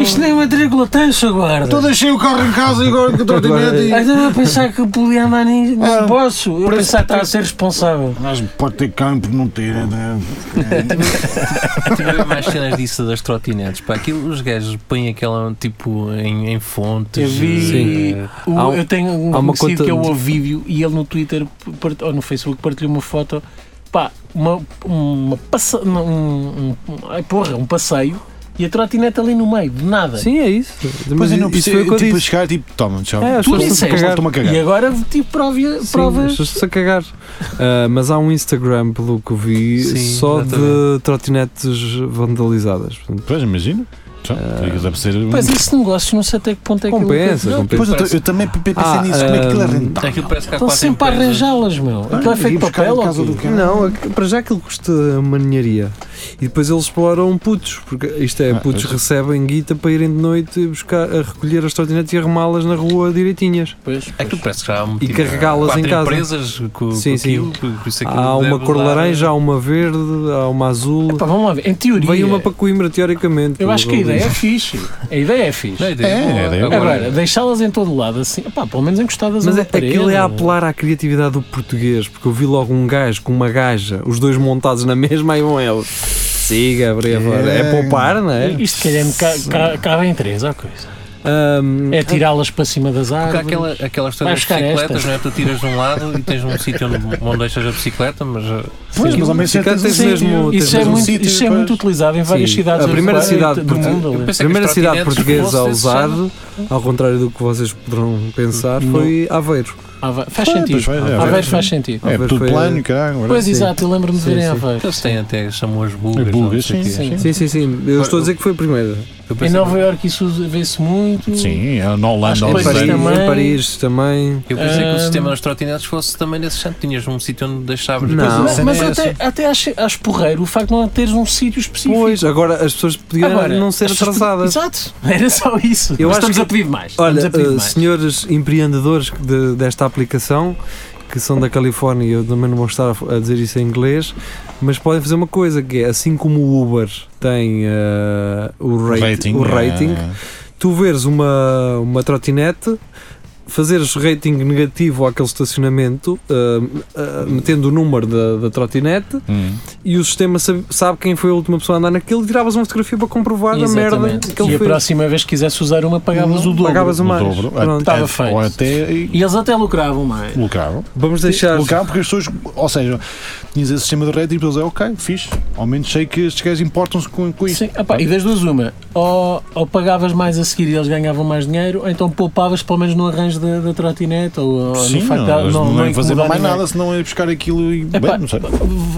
Speaker 4: Isto é nem matrícula tem, seu tá, guarda.
Speaker 3: Então deixei o carro em casa e agora que estou de medo.
Speaker 4: Ai, então eu pensar que podia andar nem nem
Speaker 3: Ah,
Speaker 4: posso. Eu pensar que está a ser responsável.
Speaker 3: Mas pode ter campo, não ter. Né?
Speaker 5: Tive mais cenas disso das trotinetes, pá, aquilo os gajos põem aquela, tipo, em, em fontes.
Speaker 4: Eu vi.
Speaker 5: eh,
Speaker 4: O-
Speaker 2: Há um-
Speaker 4: eu tenho um
Speaker 2: há uma conta
Speaker 4: conhecido que é o
Speaker 2: de-
Speaker 4: Ovídio e ele no Twitter part- ou no Facebook partilhou uma foto. Pá, uma, uma passa, não, um, um, ai, porra, um passeio e a trotinete ali no meio, de nada.
Speaker 2: Sim, é isso.
Speaker 3: Pois eu
Speaker 2: isso foi
Speaker 3: não
Speaker 2: o
Speaker 3: preciso.
Speaker 2: que eu
Speaker 3: Tipo, a
Speaker 2: disse.
Speaker 3: chegar, tipo, toma, tchau.
Speaker 2: É, as
Speaker 4: Tu
Speaker 2: pessoas
Speaker 4: disseste,
Speaker 2: estão-se a cagar.
Speaker 3: Estou-me a cagar.
Speaker 4: E agora tive prova,
Speaker 2: Sim, é
Speaker 4: provas.
Speaker 2: as pessoas estão-se a cagar. Ah, mas há um Instagram, pelo que vi,
Speaker 5: Sim,
Speaker 2: só de
Speaker 5: exatamente.
Speaker 2: trotinetes vandalizadas. Portanto,
Speaker 3: Pois, Então, imagino. Tchau. Deve ser. um-
Speaker 4: Mas esse negócio não sei até que ponto é que eu
Speaker 2: Compensa,
Speaker 4: nunca-
Speaker 2: compensa.
Speaker 3: Pois, eu, tô- eu também pe- pensei
Speaker 2: Ah,
Speaker 3: nisso. Como é que aquilo é
Speaker 2: hum,
Speaker 3: rentável?
Speaker 5: Aquilo parece que há
Speaker 4: Estão
Speaker 5: quatro
Speaker 4: sempre a
Speaker 5: empresas.
Speaker 4: arranjá-las, meu. Aquilo é feito de
Speaker 3: Ia buscar
Speaker 4: papel
Speaker 3: em
Speaker 4: ou
Speaker 3: casa
Speaker 4: quê?
Speaker 3: do cara.
Speaker 2: Não, aqu- para já aquilo custa maninharia. E depois eles exploram putos, porque isto é,
Speaker 3: Ah,
Speaker 2: putos
Speaker 3: pois.
Speaker 2: recebem guita para irem de noite buscar, a recolher as trotinetes e arrumá-las na rua direitinhas.
Speaker 4: Pois.
Speaker 5: Aquilo parece que já há um
Speaker 2: E
Speaker 5: tipo,
Speaker 2: carregá-las
Speaker 5: quatro
Speaker 2: em casa.
Speaker 5: empresas com, com
Speaker 2: Sim, sim.
Speaker 5: aquilo, com- com isso, aquilo
Speaker 2: Há uma
Speaker 5: deve
Speaker 2: cor
Speaker 5: dar-
Speaker 4: é.
Speaker 2: laranja, há uma verde, há uma azul.
Speaker 4: Epá, vamos lá ver. Em teoria,
Speaker 2: Veio uma para Coimbra, teoricamente.
Speaker 4: eu
Speaker 2: pelo
Speaker 4: acho que a ideia é
Speaker 2: diz.
Speaker 4: fixe. A ideia é fixe.
Speaker 5: Não, a ideia
Speaker 3: É,
Speaker 5: boa.
Speaker 3: a ideia é boa.
Speaker 4: Agora, deixá-las em todo lado assim, pá, pelo menos encostadas
Speaker 2: Mas
Speaker 4: a
Speaker 2: é,
Speaker 4: uma parede.
Speaker 2: aquilo é a apelar à criatividade do português, porque eu vi logo um gajo com uma gaja, os dois montados na mesma, aí vão eles. Siga, breve. É,
Speaker 3: É.
Speaker 2: poupar, não é?
Speaker 4: Isto calhar me ca ca cabe em três, ó coisa.
Speaker 2: Ahm,
Speaker 4: É tirá-las para cima das
Speaker 5: Porque há
Speaker 4: árvores.
Speaker 5: aquela, aquela
Speaker 4: Vai
Speaker 5: história das
Speaker 4: buscar
Speaker 5: bicicletas,
Speaker 4: esta.
Speaker 5: não é? Tu tiras de um lado e tens um sítio onde, onde deixas a bicicleta, mas eh,
Speaker 3: Pois, mas ao menos
Speaker 2: Sim,
Speaker 3: já tens um
Speaker 2: sim,
Speaker 3: sítio.
Speaker 2: tens
Speaker 4: Isso é,
Speaker 2: um
Speaker 4: muito, isso é muito utilizado em várias
Speaker 2: Sim,
Speaker 4: cidades.
Speaker 2: a primeira
Speaker 4: europeias
Speaker 2: cidade
Speaker 4: do
Speaker 2: portu-
Speaker 4: mundo.
Speaker 5: eu
Speaker 4: aliás.
Speaker 5: pensei
Speaker 2: A primeira
Speaker 5: que as
Speaker 2: cidade
Speaker 5: trotinetes
Speaker 2: portuguesa a
Speaker 5: fossem
Speaker 2: usar,
Speaker 5: só-
Speaker 2: ao contrário do que vocês poderão pensar,
Speaker 4: Não.
Speaker 2: foi Aveiro.
Speaker 4: Ah, vai- Faz
Speaker 3: Pois,
Speaker 4: sentido.
Speaker 3: pois, é,
Speaker 2: Ah,
Speaker 4: Aveiro
Speaker 2: vai-
Speaker 4: faz sentido.
Speaker 3: É,
Speaker 2: Aveiro
Speaker 3: tudo
Speaker 2: foi-
Speaker 3: plano, caralho. agora-
Speaker 4: Pois,
Speaker 2: Sim.
Speaker 4: exato, eu lembro-me de
Speaker 2: Sim,
Speaker 4: verem
Speaker 2: sim.
Speaker 4: Aveiro.
Speaker 5: Eles têm até, chamam as
Speaker 3: É
Speaker 5: bugas.
Speaker 3: bugas,
Speaker 5: não sei
Speaker 3: sim,
Speaker 5: o
Speaker 3: sim.
Speaker 5: quê.
Speaker 2: Sim, sim, sim. Eu estou a dizer que foi a primeira.
Speaker 5: Eu
Speaker 4: Em
Speaker 5: pensei-
Speaker 4: Nova Iorque isso vê-se muito.
Speaker 3: Sim, é na
Speaker 4: Acho
Speaker 3: Holanda,
Speaker 4: que
Speaker 2: Em
Speaker 4: Pois,
Speaker 3: Holanda.
Speaker 2: Paris,
Speaker 4: também.
Speaker 2: em Paris também.
Speaker 5: Eu pensei que o
Speaker 4: Ahm.
Speaker 5: sistema das trotinetes fosse também nesse chão. Tinhas um sítio onde deixavas.
Speaker 2: Não.
Speaker 5: Depois,
Speaker 2: Mas-
Speaker 5: a cena
Speaker 4: Mas
Speaker 5: é
Speaker 4: até, até acho, acho porreiro o facto de não teres um sítio específico.
Speaker 2: Pois, agora as pessoas podiam não ser
Speaker 4: as pessoas-
Speaker 2: atrasadas.
Speaker 4: Exato, era só isso.
Speaker 2: Eu
Speaker 4: Mas
Speaker 2: acho
Speaker 4: estamos
Speaker 2: que-
Speaker 4: a pedir mais.
Speaker 2: Olha,
Speaker 4: estamos a pedir
Speaker 2: eh,
Speaker 4: mais.
Speaker 2: senhores empreendedores de- desta aplicação, que são da Califórnia, e eu também não vou estar a- a dizer isso em inglês, mas podem fazer uma coisa, que é, assim como o Uber tem eh, o, rate- o rating,
Speaker 3: é.
Speaker 2: tu veres uma, uma trotinete, fazeres rating negativo àquele estacionamento, ah, ah, metendo o número da, da trotinete,
Speaker 3: hum.
Speaker 2: e o sistema sabe, sabe quem foi a última pessoa a andar naquilo e tiravas uma fotografia para comprovar a merda que ele
Speaker 4: e a
Speaker 2: fez.
Speaker 4: próxima vez que quisesse usar uma, pagavas o dobro.
Speaker 2: Pagavas o mais.
Speaker 3: dobro.
Speaker 2: Pronto.
Speaker 4: Estava
Speaker 3: Até-
Speaker 4: feito.
Speaker 3: Ou até
Speaker 4: E eles até lucravam mais.
Speaker 3: local.
Speaker 2: Vamos deixar. Vamos
Speaker 3: Local, porque as pessoas, ou seja, tinhas esse sistema de rating e pessoas, ok, fixe. Ao menos sei que estes gajos importam-se com, com isso.
Speaker 4: Sim, epá, e das duas uma, ou, ou pagavas mais a seguir e eles ganhavam mais dinheiro, ou então poupavas pelo menos no arranjo da, da trotinete ou, ou
Speaker 3: Sim,
Speaker 4: no facto de
Speaker 3: não, não,
Speaker 4: incomodar
Speaker 3: ia fazer mais
Speaker 4: ninguém.
Speaker 3: nada se não ia buscar aquilo e.
Speaker 4: Epá,
Speaker 3: bem, não sei.
Speaker 4: v-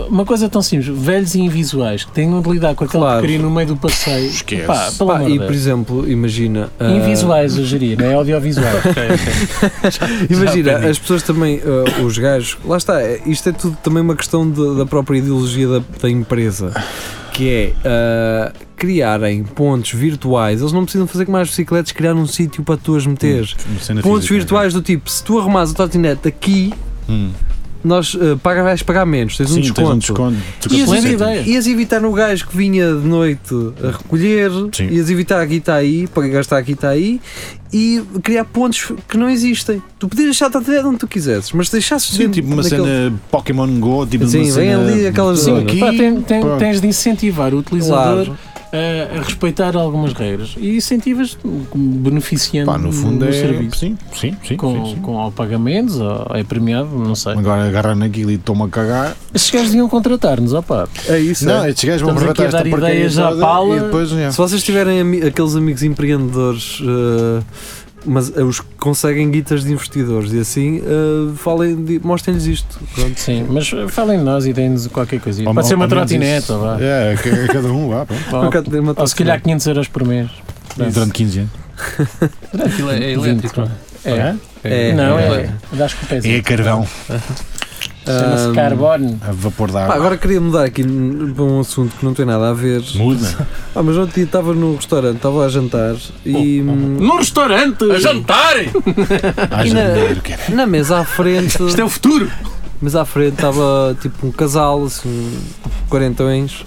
Speaker 4: Uma coisa tão simples, velhos e invisuais que tenham de lidar com aquela
Speaker 2: Claro.
Speaker 4: porcaria no meio do passeio.
Speaker 3: Esquece.
Speaker 4: Epá, pelo
Speaker 2: Pá,
Speaker 4: amor
Speaker 2: e
Speaker 4: de
Speaker 2: por
Speaker 4: Deus.
Speaker 2: exemplo, imagina. ah,
Speaker 4: Invisuais, eu diria, não é audiovisuais.
Speaker 2: Imagina,
Speaker 5: Já aprendi.
Speaker 2: as pessoas também, eh, os gajos, lá está, eh, isto é tudo também uma questão de- da própria ideologia da, da empresa, que é ah, criarem pontos virtuais, eles não precisam fazer como as bicicletas, criar um sítio para tu as meteres.
Speaker 3: Cena
Speaker 2: pontos
Speaker 3: Hum. física.
Speaker 2: virtuais do tipo, se tu arrumares o trotinete aqui,
Speaker 3: Hum.
Speaker 2: nós eh, paga, vais pagar menos, tens um
Speaker 3: Sim, tens
Speaker 2: desconto.
Speaker 3: um desconto.
Speaker 4: E as-
Speaker 3: Sim.
Speaker 4: Excelente ideia.
Speaker 2: Ias evitar no gajo que vinha de noite a recolher,
Speaker 3: Sim.
Speaker 2: ias evitar aqui está aí, para gastar aqui está aí, e criar pontos que não existem. Tu podias deixar a tua onde tu quisesses, mas se deixasses
Speaker 3: Sim,
Speaker 2: dentro
Speaker 3: tipo uma
Speaker 2: daquele-
Speaker 3: cena Pokémon Go, tipo
Speaker 2: Sim,
Speaker 3: uma
Speaker 2: vem
Speaker 3: cena.
Speaker 2: ali aquelas
Speaker 3: Sim,
Speaker 2: zonas.
Speaker 3: aqui,
Speaker 4: Pá, tem- tem-
Speaker 3: pronto.
Speaker 4: tens de incentivar o utilizador
Speaker 2: Claro.
Speaker 4: a, a respeitar algumas regras e incentivas beneficiando
Speaker 3: Pá, no fundo
Speaker 4: do
Speaker 3: é.
Speaker 4: um serviço.
Speaker 3: Sim, sim, sim.
Speaker 4: Com,
Speaker 3: sim, sim.
Speaker 4: com ou pagamentos, ou é premiado, não sei.
Speaker 3: Agora agarrar naquilo e toma a cagar.
Speaker 4: Estes gajos iam contratar-nos, opá.
Speaker 2: É isso.
Speaker 3: Não,
Speaker 2: é.
Speaker 3: estes gajos vão
Speaker 4: Estamos
Speaker 3: aproveitar
Speaker 4: aqui a
Speaker 3: esta
Speaker 4: dar
Speaker 3: porcaria
Speaker 4: ideias à
Speaker 3: toda
Speaker 4: pala.
Speaker 3: e depois, é.
Speaker 2: Se vocês tiverem ami- aqueles amigos empreendedores. eh, mas eh, os que conseguem guitas de investidores e assim eh, falem de- mostrem-lhes isto. Pronto.
Speaker 4: Sim, mas falem de nós e deem-nos qualquer coisinha.
Speaker 3: Ao-
Speaker 4: Pode ser
Speaker 3: ao-
Speaker 4: uma
Speaker 3: ao menos
Speaker 4: trotinete,
Speaker 3: isso.
Speaker 4: ou vá.
Speaker 3: É, que- cada um vá, pronto.
Speaker 4: Ou-
Speaker 2: Nunca te dei uma
Speaker 4: Ou se calhar 500 euros por mês.
Speaker 3: E Durante 15 anos.
Speaker 5: Aquilo é
Speaker 4: 20,
Speaker 5: elétrico.
Speaker 4: pá.
Speaker 5: não
Speaker 4: É?
Speaker 2: É,
Speaker 4: Não, é.
Speaker 5: elétrico.
Speaker 4: Dás com o pezinho.
Speaker 3: É Um, carvão,
Speaker 4: Chama-se
Speaker 2: Ahm,
Speaker 4: carbono.
Speaker 3: a vapor da
Speaker 2: Pá,
Speaker 3: água.
Speaker 2: agora queria mudar aqui n- para um assunto que não tem nada a ver.
Speaker 3: Muda.
Speaker 2: Ah, mas ontem estava no restaurante, estava a jantar
Speaker 4: Oh,
Speaker 2: e hum,
Speaker 4: Num restaurante!
Speaker 5: A jantarem!
Speaker 3: Há
Speaker 2: E na-
Speaker 3: janeiro, cara.
Speaker 2: na mesa à frente,
Speaker 4: Isto é o futuro!
Speaker 2: mesa à frente estava tipo um casal, assim, quarentões.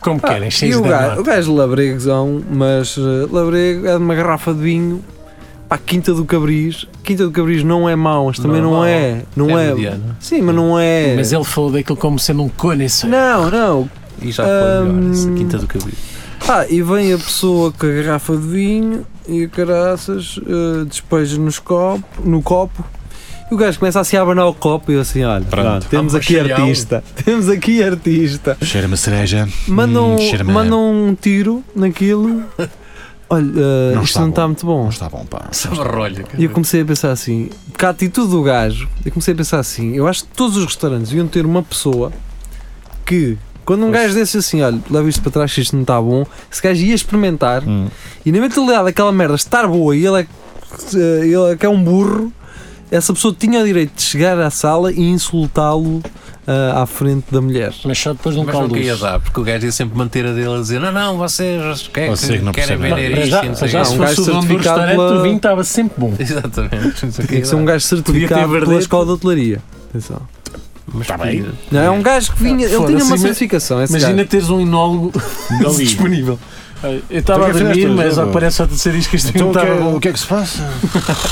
Speaker 4: Como
Speaker 2: Ah,
Speaker 4: querem,
Speaker 2: e
Speaker 4: cheios
Speaker 2: o
Speaker 4: de
Speaker 2: gajo,
Speaker 4: gato.
Speaker 2: o gajo labregozão, mas eh, labrego é de uma garrafa de vinho para a Quinta do Cabris. Quinta do Cabris não é mau, mas também
Speaker 5: Não
Speaker 2: não,
Speaker 5: é
Speaker 2: é,
Speaker 5: mau.
Speaker 2: não é.
Speaker 5: mediano.
Speaker 2: Sim, mas não é.
Speaker 4: Mas ele falou daquilo como sendo um conhecer.
Speaker 2: Não, não.
Speaker 5: E já foi Tá melhor, essa
Speaker 2: Hum.
Speaker 5: quinta do cabelo.
Speaker 2: Ah, e vem a pessoa com a garrafa de vinho e o caraças eh, despeja nos copo, no copo e o gajo começa a se abanar o copo e eu assim, olha, pronto, temos
Speaker 5: Ah,
Speaker 2: aqui
Speaker 5: bacalhau.
Speaker 2: artista, temos aqui artista.
Speaker 3: Cheira-me a cereja.
Speaker 2: Mandam,
Speaker 3: Hum, cheira-me a-
Speaker 2: mandam um tiro naquilo, olha, eh,
Speaker 3: Não
Speaker 2: isto
Speaker 3: está
Speaker 2: não
Speaker 3: bom.
Speaker 2: está muito bom.
Speaker 3: Não está bom, pá.
Speaker 5: Sabe a rolha.
Speaker 2: E eu comecei a pensar assim, com a atitude do gajo, eu comecei a pensar assim, eu acho que todos os restaurantes deviam ter uma pessoa que, quando um gajo desse assim, olha, leva isto para trás, que isto não está bom, esse gajo ia experimentar
Speaker 3: Hum.
Speaker 2: e na mentalidade daquela merda estar boa e ele é, eh, ele é que é um burro, essa pessoa tinha o direito de chegar à sala e insultá-lo ah, à frente da mulher.
Speaker 4: Mas só depois de um
Speaker 5: Mas não
Speaker 4: caldo.
Speaker 5: queria dar, porque o gajo ia sempre manter a dele a dizer: Não, não, vocês que-
Speaker 3: Vocês não
Speaker 5: querem
Speaker 3: percebem
Speaker 5: vender
Speaker 3: nada."
Speaker 4: Para
Speaker 5: isto. então, é e
Speaker 4: já, para
Speaker 5: não sei
Speaker 4: já um
Speaker 5: o
Speaker 2: quê.
Speaker 4: se
Speaker 2: Um gajo
Speaker 4: fosse o dono do
Speaker 2: certificado
Speaker 4: restaurante,
Speaker 2: pela-
Speaker 4: o vinho estava sempre bom.
Speaker 5: quê. Exatamente. não sei o quê.
Speaker 2: Tinha que ser um gajo certificado pela
Speaker 4: verdete.
Speaker 2: escola de hotelaria. Atenção.
Speaker 5: Mas
Speaker 3: Tá bem.
Speaker 5: podia.
Speaker 2: Não, é um gajo que vinha, ele tinha
Speaker 4: Foda-se,
Speaker 2: uma
Speaker 4: ima-
Speaker 2: certificação. Esse gajo.
Speaker 4: Imagina teres um enólogo
Speaker 3: Dali.
Speaker 4: disponível. Eu estava
Speaker 3: Então,
Speaker 4: a
Speaker 3: o que é que
Speaker 4: dormir,
Speaker 3: fizeste,
Speaker 4: mas
Speaker 3: João?
Speaker 4: aparece a terceira diz que este
Speaker 3: Então
Speaker 4: vinho
Speaker 3: o que,
Speaker 4: estava
Speaker 3: é,
Speaker 4: bom.
Speaker 3: o que é que se passa?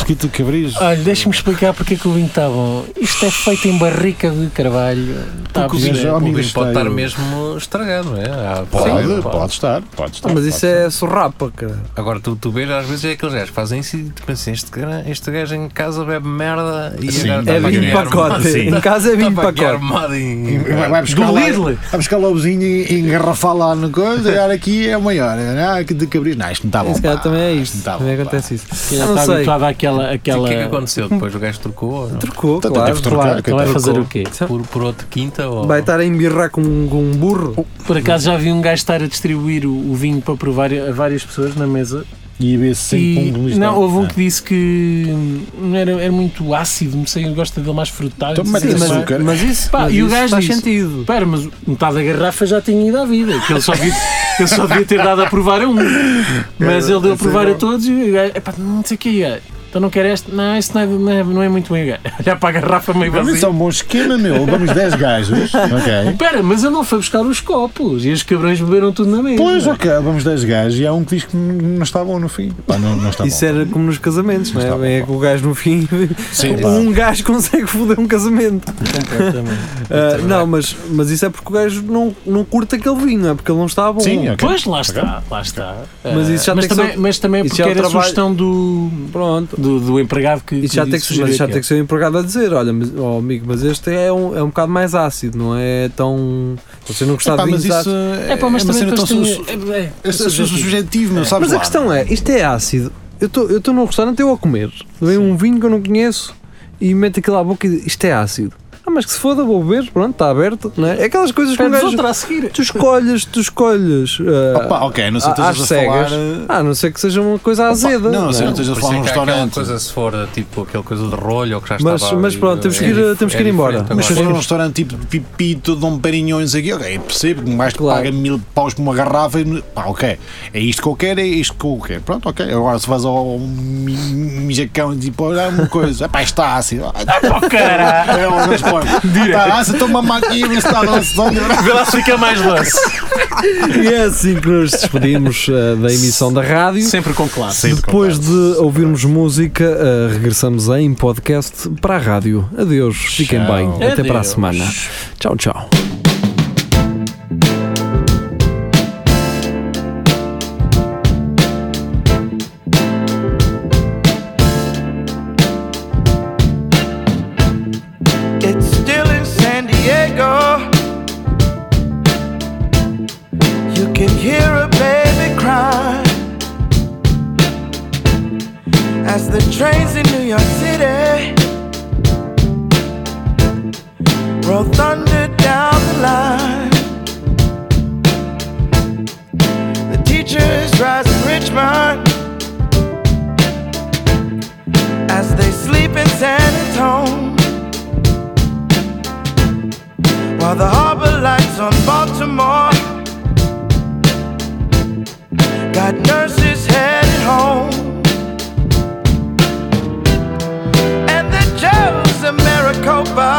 Speaker 3: Que tu cabris?
Speaker 4: Olha, deixa-me explicar porque é que o vinho está bom. Isto é feito em barrica de carvalho. Está
Speaker 3: Porque o vinho
Speaker 4: bom.
Speaker 3: já-
Speaker 5: O
Speaker 3: amigo,
Speaker 5: vinho pode
Speaker 3: está
Speaker 5: estar
Speaker 3: eu-
Speaker 5: mesmo estragado, não é? Há-
Speaker 3: Pode,
Speaker 5: Sim,
Speaker 3: pode estar, pode estar.
Speaker 2: Ah, mas isso
Speaker 3: pode
Speaker 2: é surrapa, cara.
Speaker 5: Agora tu, tu vês, às vezes é aqueles gajos que fazem isso e tu pensas, este, cara- este gajo em casa bebe merda e
Speaker 3: Sim,
Speaker 5: agora
Speaker 3: Tá
Speaker 2: É
Speaker 5: para
Speaker 2: vinho
Speaker 5: aqui
Speaker 2: de
Speaker 5: armado.
Speaker 2: pacote. Em casa é
Speaker 5: Tá
Speaker 2: vinho de
Speaker 5: para aqui
Speaker 2: pacote.
Speaker 5: armado em-
Speaker 3: estar. Vai, vai buscar
Speaker 4: Do
Speaker 3: lá,
Speaker 4: Lidl.
Speaker 3: vai buscar lá o vizinho e engarrafar lá no coisa, e olha aqui é o maior. Ah, que de cabris. Não, isto não está bom.
Speaker 2: Esse cara
Speaker 3: pá.
Speaker 2: também é
Speaker 3: não
Speaker 2: isto.
Speaker 3: tá bom,
Speaker 2: também
Speaker 3: pá.
Speaker 2: acontece isso.
Speaker 4: Que já
Speaker 2: Eu não
Speaker 4: está
Speaker 2: sei.
Speaker 4: tá habituado àquela. àquela...
Speaker 5: O que é que aconteceu depois? O gajo trocou ou não?
Speaker 2: Trocou,
Speaker 3: Então,
Speaker 2: claro.
Speaker 3: deve trocar,
Speaker 4: Claro, então vai
Speaker 3: coitado.
Speaker 4: fazer o quê?
Speaker 5: Por, por outro quinta ou
Speaker 2: Vai tá- estar a embirrar com, um- com um burro.
Speaker 4: Por acaso já vi um gajo estar a distribuir o, o vinho para provar a várias pessoas na mesa.
Speaker 3: E ia sempre
Speaker 4: E,
Speaker 3: um lixo.
Speaker 4: não, houve um que disse que hum, não era, era muito ácido, não sei, eu gosto dele mais frutado.
Speaker 3: Então,
Speaker 4: não
Speaker 3: mas
Speaker 4: sei
Speaker 3: isso-
Speaker 4: se-
Speaker 3: açúcar.
Speaker 2: mas isso,
Speaker 4: Pá,
Speaker 2: mas
Speaker 4: e o
Speaker 2: isso
Speaker 4: gajo Tá
Speaker 2: faz
Speaker 4: disse-
Speaker 2: sentido.
Speaker 4: Espera, mas metade da garrafa já tinha ido à vida. Que ele só devia, ele só devia ter dado a provar a um. Mas ele deu a provar a todos e o gajo, epá, não sei o que é. Então não quer este? Não, isso não é, não é, não é muito bem. Olhar para a garrafa meio
Speaker 9: Mas isso é
Speaker 4: vazia.
Speaker 9: um bom esquema, meu. Vamos 10 gajos. Ok.
Speaker 4: Espera, mas eu não fui buscar os copos e os cabrões beberam tudo na é? mesa.
Speaker 9: Pois, ok, vamos 10 gajos e há um que diz que não está bom no fim. Pá, não, não está
Speaker 2: Isso
Speaker 9: bom.
Speaker 2: era como nos casamentos, não
Speaker 9: Está bom,
Speaker 2: é? É
Speaker 9: pá.
Speaker 2: que o gajo no fim.
Speaker 9: Sim,
Speaker 2: um gajo consegue foder um casamento.
Speaker 4: Completamente.
Speaker 2: Ah, não, mas, mas isso é porque o gajo não, não curte aquele vinho, é porque ele não está bom.
Speaker 9: Sim, ok.
Speaker 4: Pois, lá está, lá está.
Speaker 2: Mas isso já
Speaker 4: mas,
Speaker 2: tem que
Speaker 4: também,
Speaker 2: ser-
Speaker 4: mas também
Speaker 2: isso
Speaker 4: porque
Speaker 2: já é o
Speaker 4: era a
Speaker 2: trabalho-
Speaker 4: sugestão do,
Speaker 2: Pronto.
Speaker 4: do, do empregado que. é.
Speaker 2: Isso já, tem que,
Speaker 4: sugerir
Speaker 2: mas já tem
Speaker 4: aquilo.
Speaker 2: que ser o empregado a dizer: olha, mas, ó, amigo, mas este é um, é um bocado mais ácido, não é tão. Se você não gostar
Speaker 3: Epá,
Speaker 2: de
Speaker 3: mas
Speaker 2: vinhos
Speaker 3: isso
Speaker 2: ácidos.
Speaker 3: é,
Speaker 4: É pá, mas
Speaker 3: é uma
Speaker 4: também
Speaker 3: cena tão
Speaker 4: depois
Speaker 3: su-
Speaker 4: tem.
Speaker 3: su-
Speaker 4: é-
Speaker 2: Um
Speaker 4: é-
Speaker 3: é su- su- subjetivo, meu, sabes
Speaker 2: Mas a
Speaker 3: lá,
Speaker 2: questão é: isto é ácido. Eu estou num restaurante, eu a comer. Vem um vinho que eu não conheço e mete aquilo à boca e diz, isto é ácido. Ah, mas que se foda, vou beber, pronto, está aberto. Não é? É aquelas coisas que um
Speaker 4: Pedes
Speaker 2: gajo.
Speaker 4: outra a seguir.
Speaker 2: Tu escolhes, tu escolhes. ah,
Speaker 3: Opa, ok, não sei se
Speaker 2: Ah,
Speaker 3: estás a
Speaker 2: às cegas.
Speaker 3: falar. eh,
Speaker 2: Ah, a não ser que seja uma coisa azeda.
Speaker 3: não,
Speaker 2: é?
Speaker 3: sei, não tens a
Speaker 5: Por isso
Speaker 3: falar num
Speaker 5: é que há aquela
Speaker 3: restaurante.
Speaker 5: coisa se for tipo aquela coisa de rolho ou que já
Speaker 2: Mas-
Speaker 5: estava
Speaker 2: mas
Speaker 5: ali,
Speaker 2: pronto, temos que ir-
Speaker 5: dif-
Speaker 2: temos que ir embora.
Speaker 5: diferente
Speaker 3: Mas se
Speaker 5: agora.
Speaker 3: for um restaurante tipo Pipito, Dom Perignões aqui, ok, percebo que um gajo que
Speaker 2: Claro.
Speaker 3: paga mil paus por uma garrafa, e- pá, ok, é isto que eu quero, é isto que eu quero, pronto, ok. Agora se vais ao mi- mijacão e tipo, olha uma coisa, pá, está ácido. Ah,
Speaker 4: Oh, caralho!
Speaker 3: É, o gajo põe, está ácido, toma uma aqui, vê se está ácido.
Speaker 4: Vê lá se fica mais lance.
Speaker 2: E é assim que nos despedimos ah, da emissão da rádio.
Speaker 4: Sempre com classe.
Speaker 2: Depois de ouvirmos música, ah, regressamos em podcast para a rádio. Adeus, fiquem
Speaker 3: Tchau.
Speaker 2: bem. Até para a
Speaker 4: Adeus.
Speaker 2: semana. Tchau, tchau.
Speaker 10: It's still in San Diego. You can hear a baby cry as the trains in New York City roll thunder down the line. The teachers rise in Richmond as they sleep in San Antonio. While the harbor lights on Baltimore Got nurses headed home And the Joes of Maricopa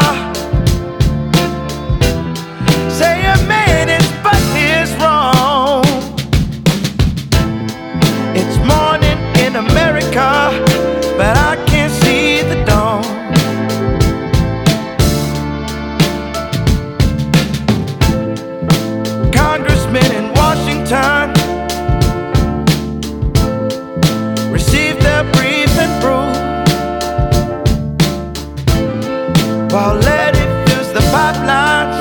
Speaker 10: Say a man is but is wrong It's morning in America But I can't see the dawn congressmen in Washington received their brief and proof while letting fuse the pipelines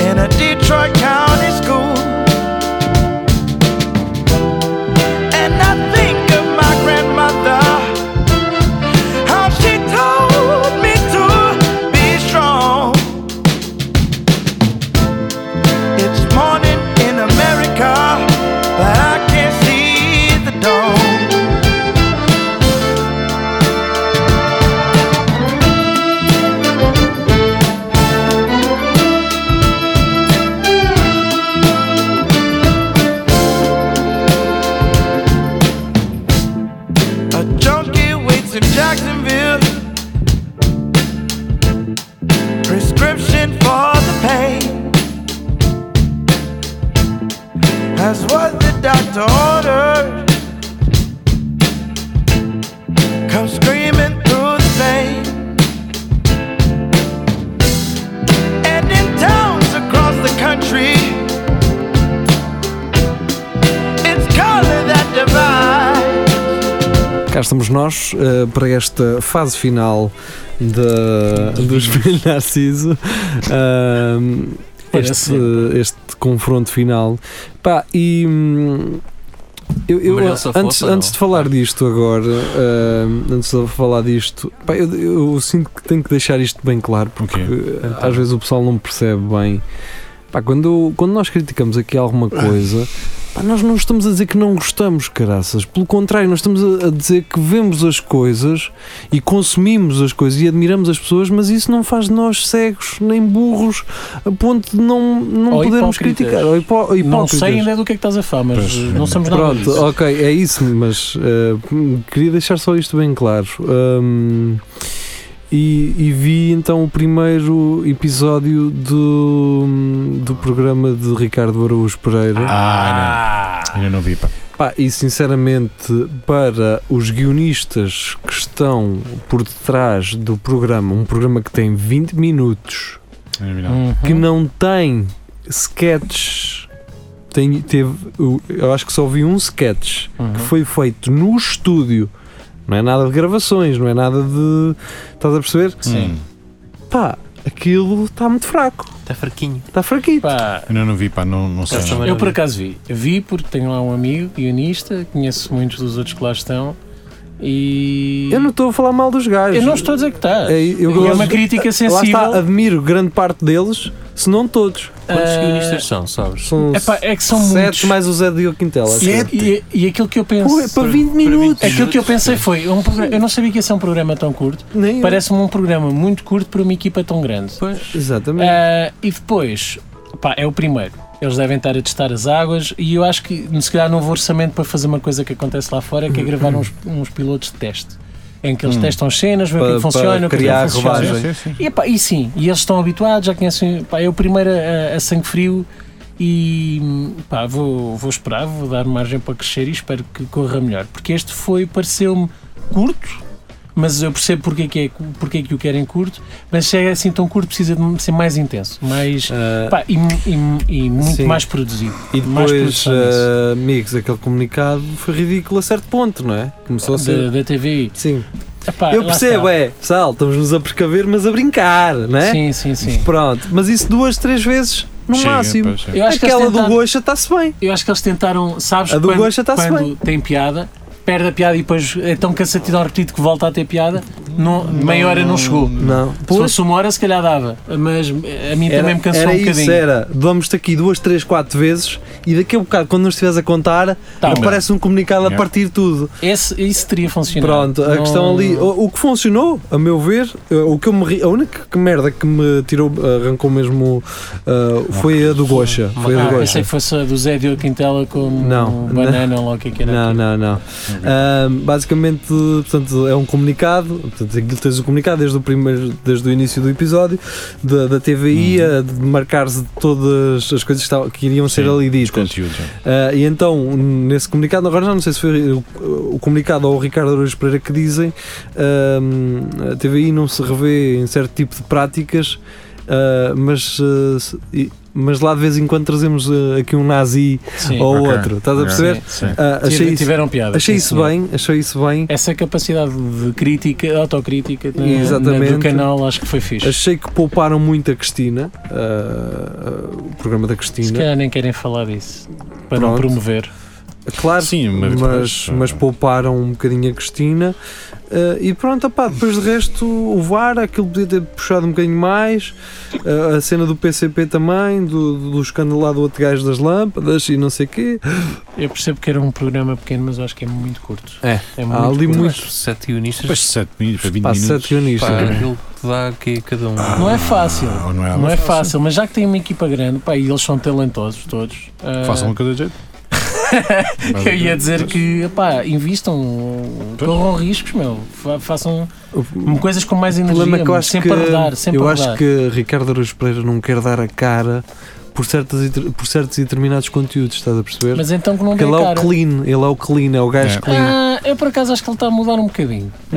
Speaker 10: in a Detroit County school. And I think of my grandmother. How she told me to be strong. It's morning in America, but I can't see the dawn. A junkie waits in Jacksonville. Prescription for the pain. That's what the doctor ordered. Come screaming through the vein. And in towns across the country, it's calling that divide.
Speaker 2: Cá estamos nós eh, para esta fase final da- do Espelho Narciso. Ahm,
Speaker 4: Era
Speaker 2: este,
Speaker 4: sempre.
Speaker 2: este confronto final. Pá, e. hum, Eu, eu,
Speaker 5: Mas não
Speaker 2: antes,
Speaker 5: se fosse, não?
Speaker 2: antes de falar disto agora, ahm, antes de falar disto, pá, eu, eu sinto que tenho que deixar isto bem claro porque eh, às vezes o pessoal não percebe bem. Pá, quando, quando nós criticamos aqui alguma coisa, pá, Pá, nós não estamos a dizer que não gostamos, caraças. Pelo contrário, nós estamos a- a dizer que vemos as coisas e consumimos as coisas e admiramos as pessoas, mas isso não faz de nós cegos nem burros a ponto de não, não
Speaker 4: Ou
Speaker 2: podermos
Speaker 4: hipócritas.
Speaker 2: criticar. Ou hipó
Speaker 4: Não
Speaker 2: hipócritas.
Speaker 4: sei ainda do que é que estás a falar, mas eh, não somos nada
Speaker 2: Pronto,
Speaker 4: disso.
Speaker 2: ok, é isso, mas eh, queria deixar só isto bem claro. Hum, e, e vi então o primeiro episódio do, do programa de Ricardo Araújo Pereira.
Speaker 3: Ah, não. Ainda não vi, pá.
Speaker 2: Pá, e sinceramente, para os guionistas que estão por detrás do programa, um programa que tem 20 minutos
Speaker 3: Ainda vi, não.
Speaker 4: Uhum.
Speaker 2: que não tem sketches. Tem, teve, eu- eu acho que só vi um sketch
Speaker 4: Uhum.
Speaker 2: que foi feito no estúdio. Não é nada de gravações, não é nada de. Estás a perceber?
Speaker 3: Sim.
Speaker 2: Pá, aquilo está muito fraco.
Speaker 5: Está Tá fraquinho. Tá
Speaker 2: Está fraquito.
Speaker 4: Pá,
Speaker 3: Ainda não vi, pá. Não, não sei.
Speaker 5: Essa
Speaker 3: Não.
Speaker 5: maneira
Speaker 4: eu por
Speaker 5: de-
Speaker 4: acaso vi. Vi porque tenho lá um amigo guionista, conheço muitos dos outros que lá estão e.
Speaker 2: Eu não estou a falar mal dos gajos.
Speaker 4: Eu não estou a dizer que estás.
Speaker 2: É, eu
Speaker 4: E é
Speaker 2: gosto-
Speaker 4: uma crítica
Speaker 2: Lá
Speaker 4: sensível.
Speaker 2: está, admiro grande parte deles, se não todos.
Speaker 5: Quantos
Speaker 4: Ah,
Speaker 5: guionistas são, sabes?
Speaker 2: São
Speaker 4: epá, é que são
Speaker 2: sete
Speaker 4: muitos.
Speaker 2: mais o Zé Diogo Quintela. acho é. eu.
Speaker 4: E, é, e aquilo que eu
Speaker 2: Pô, é
Speaker 4: penso.
Speaker 2: para 20
Speaker 5: para 20
Speaker 2: minutos.
Speaker 5: minutos.
Speaker 4: Aquilo que eu pensei foi, um programa- eu não sabia que ia ser um programa tão curto.
Speaker 2: Nem eu.
Speaker 4: Parece-me um programa muito curto para uma equipa tão grande.
Speaker 2: Exatamente.
Speaker 4: Ah, e depois, pá, é o primeiro. Eles devem estar a testar as águas e eu acho que se calhar não houve orçamento para fazer uma coisa que acontece lá fora, que é gravar
Speaker 2: Uhum.
Speaker 4: uns, uns pilotos de teste. Em que eles testam as cenas, vêem o que é
Speaker 2: Hum. Para-
Speaker 4: que
Speaker 2: para
Speaker 4: funciona, o que é que
Speaker 2: criar
Speaker 4: não funciona.
Speaker 2: rovagem.
Speaker 3: Sim, sim, sim.
Speaker 4: E, pá, e sim, e eles estão habituados, já conhecem. Pá, é o primeiro a, a sangue frio e pá, vou, vou esperar, vou dar margem para crescer e espero que corra melhor. Porque este foi, pareceu-me curto, mas eu percebo porque é, que é, cu- porque é que o querem curto, mas se é assim tão curto precisa de ser mais intenso, mais
Speaker 2: Ah,
Speaker 4: pá, e, e- e muito
Speaker 2: Sim.
Speaker 4: mais produzido.
Speaker 2: E
Speaker 4: mais
Speaker 2: depois,
Speaker 4: produção nisso.
Speaker 2: eh, amigos, aquele comunicado foi ridículo a certo ponto, não é? Começou a
Speaker 4: Da,
Speaker 2: ser.
Speaker 4: da TV.
Speaker 2: Sim.
Speaker 4: Epá,
Speaker 2: Eu
Speaker 4: Ah, lá
Speaker 2: percebo,
Speaker 4: está.
Speaker 2: é, pessoal, estamos-nos a precaver, mas a brincar, não é?
Speaker 4: Sim, sim, sim.
Speaker 2: Pronto, mas isso duas, três vezes no
Speaker 3: Chega,
Speaker 2: máximo.
Speaker 3: pá, chega.
Speaker 4: Eu acho que eles
Speaker 2: Aquela do
Speaker 4: tentaram-
Speaker 2: Goxa está-se bem.
Speaker 4: Eu acho que eles tentaram, sabes,
Speaker 2: A do
Speaker 4: quando,
Speaker 2: Gocha está-se
Speaker 4: quando
Speaker 2: bem.
Speaker 4: tem piada, perde a piada e depois é tão cansativo ao repetido que volta a ter piada, não, meia hora não chegou.
Speaker 2: Não,
Speaker 4: Se
Speaker 2: pois,
Speaker 4: fosse uma hora se calhar dava, mas a mim
Speaker 2: era,
Speaker 4: também me cansou
Speaker 2: era
Speaker 4: um
Speaker 2: isso,
Speaker 4: bocadinho.
Speaker 2: era. Vamos-te aqui duas, três, quatro vezes e daqui a bocado, quando nos estiveres a contar,
Speaker 4: Tá, mas
Speaker 2: aparece um comunicado a
Speaker 3: Yeah.
Speaker 2: partir de tudo.
Speaker 4: esse, isso teria funcionado.
Speaker 2: Pronto, a
Speaker 4: Não-
Speaker 2: questão ali, o, o que funcionou, a meu ver, eh, o que eu me ri- a única que merda que me tirou, arrancou mesmo eh, foi a do Gocha. Foi a do
Speaker 4: Ah,
Speaker 2: Gocha.
Speaker 3: é
Speaker 4: pensei que fosse a do Zé Diogo Quintela com
Speaker 2: Não,
Speaker 4: um banana ou lá o que é que era.
Speaker 2: Não,
Speaker 4: aquilo.
Speaker 2: não, não. Ahm, basicamente, portanto, é um comunicado. Portanto, aquilo tens o comunicado desde o, primeiro, desde o início do episódio da, da TVI a de marcar-se todas as coisas que, estavam- que iriam ser
Speaker 3: Uhum. Sim,
Speaker 2: ali
Speaker 3: Os
Speaker 2: ditas.
Speaker 3: conteúdos. já.
Speaker 2: Ah, e então, nesse comunicado, agora já não sei se foi o, o comunicado ou o Ricardo Araújo Pereira que dizem ahm, a TVI não se revê em certo tipo de práticas, ah, mas, ah, se- e- mas lá de vez em quando trazemos ah, aqui um nazi
Speaker 4: Sim.
Speaker 2: ou
Speaker 3: Ok.
Speaker 2: outro. Estás a
Speaker 3: Ok.
Speaker 2: perceber?
Speaker 4: Sim, sim.
Speaker 2: Ah, achei
Speaker 4: Tiveram-
Speaker 2: isso,
Speaker 4: tiveram piada.
Speaker 2: achei
Speaker 4: sim,
Speaker 2: isso
Speaker 4: senhor.
Speaker 2: bem, achei isso bem.
Speaker 4: Essa capacidade de crítica, autocrítica na- na-
Speaker 2: Exatamente.
Speaker 4: do canal acho que foi fixe.
Speaker 2: Achei que pouparam muito a Cristina, ah, ah, o programa da
Speaker 4: Se
Speaker 2: Cristina.
Speaker 4: calhar nem querem falar disso. Para não
Speaker 2: Pronto.
Speaker 4: promover.
Speaker 2: Claro,
Speaker 3: Sim, mas
Speaker 2: mas, mas,
Speaker 3: depois, ah.
Speaker 2: pouparam um bocadinho a Cristina. Ah, e pronto, opá, depois de resto, o VAR, aquilo podia ter puxado um bocadinho mais. Ah, a cena do PCP também, do, do escândalo lá do outro gajo das lâmpadas e não sei o quê.
Speaker 4: Eu percebo que era um programa pequeno, mas eu acho que é muito curto.
Speaker 2: É.
Speaker 4: é
Speaker 2: Há ali
Speaker 4: curto.
Speaker 2: muito-
Speaker 5: Mas Sete guionistas.
Speaker 3: Depois de 7 minutos, para 20
Speaker 2: Pá,
Speaker 3: minutos.
Speaker 2: sete guionistas.
Speaker 5: Pá,
Speaker 2: não é?
Speaker 5: aquilo que dá aqui cada um.
Speaker 3: Ah,
Speaker 4: Não é fácil.
Speaker 3: Não, não é,
Speaker 4: Não é
Speaker 3: fácil.
Speaker 4: fácil, mas já que tem uma equipa grande, pá, e eles são talentosos todos. ah,
Speaker 3: Façam uma coisa de jeito.
Speaker 4: eu ia dizer que, pá, invistam, corram riscos, meu. Fa- Façam
Speaker 2: O
Speaker 4: coisas com mais energia,
Speaker 2: problema é que eu acho
Speaker 4: sempre
Speaker 2: que
Speaker 4: a rodar, sempre
Speaker 2: eu
Speaker 4: a
Speaker 2: acho
Speaker 4: rodar.
Speaker 2: que Ricardo Araújo Pereira não quer dar a cara por, certas, e ter- por certos e determinados conteúdos, estás a perceber?
Speaker 4: Mas então que não
Speaker 2: Porque
Speaker 4: dê
Speaker 2: ele é o
Speaker 4: cara.
Speaker 2: clean, ele é o clean, é o gajo
Speaker 3: É.
Speaker 2: clean.
Speaker 4: Ah, eu por acaso acho que ele está a mudar um bocadinho. Ah,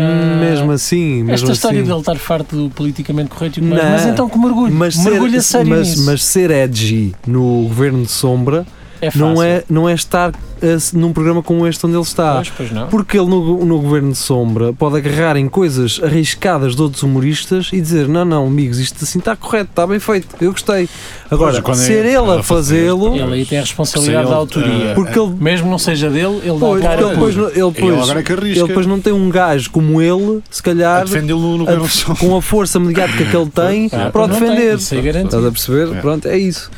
Speaker 2: mesmo assim, mesmo
Speaker 4: Esta história
Speaker 2: assim.
Speaker 4: dele estar farto do politicamente correto e o que
Speaker 2: Não.
Speaker 4: mais, mas então que mergulho,
Speaker 2: Mas
Speaker 4: mergulha
Speaker 2: ser,
Speaker 4: sério
Speaker 2: mas,
Speaker 4: nisso.
Speaker 2: mas ser edgy no governo de sombra
Speaker 4: é fácil.
Speaker 2: não é, não é estar eh, se- num programa como este onde ele está.
Speaker 4: Pois, pois não.
Speaker 2: Porque ele no, no governo de sombra pode agarrar em coisas arriscadas de outros humoristas e dizer: Não, não, amigos, isto assim está correto, está bem feito, eu gostei. Agora,
Speaker 3: Pois, quando
Speaker 2: ser
Speaker 3: é-
Speaker 2: ele a
Speaker 3: a fazer,
Speaker 2: fazê-lo,
Speaker 4: Ele aí tem a
Speaker 3: Se
Speaker 4: responsabilidade
Speaker 3: ele,
Speaker 4: da autoria.
Speaker 3: eh,
Speaker 2: porque ele
Speaker 4: Mesmo não seja dele, ele dá
Speaker 2: depois,
Speaker 4: a cara
Speaker 2: ele depois,
Speaker 4: por.
Speaker 2: não- ele
Speaker 3: Ele
Speaker 2: depois,
Speaker 3: agora é que
Speaker 2: ele
Speaker 3: arrisca.
Speaker 2: depois não tem um gajo como ele, se
Speaker 3: a
Speaker 2: calhar,
Speaker 3: defendê-lo no- no
Speaker 2: a-
Speaker 3: governo de sombra.
Speaker 2: com a força mediática que ele tem
Speaker 4: Ah,
Speaker 2: para o
Speaker 4: não tem,
Speaker 2: defender.
Speaker 4: isso é garantido.
Speaker 2: Estás a perceber?
Speaker 3: É.
Speaker 2: Pronto, é isso.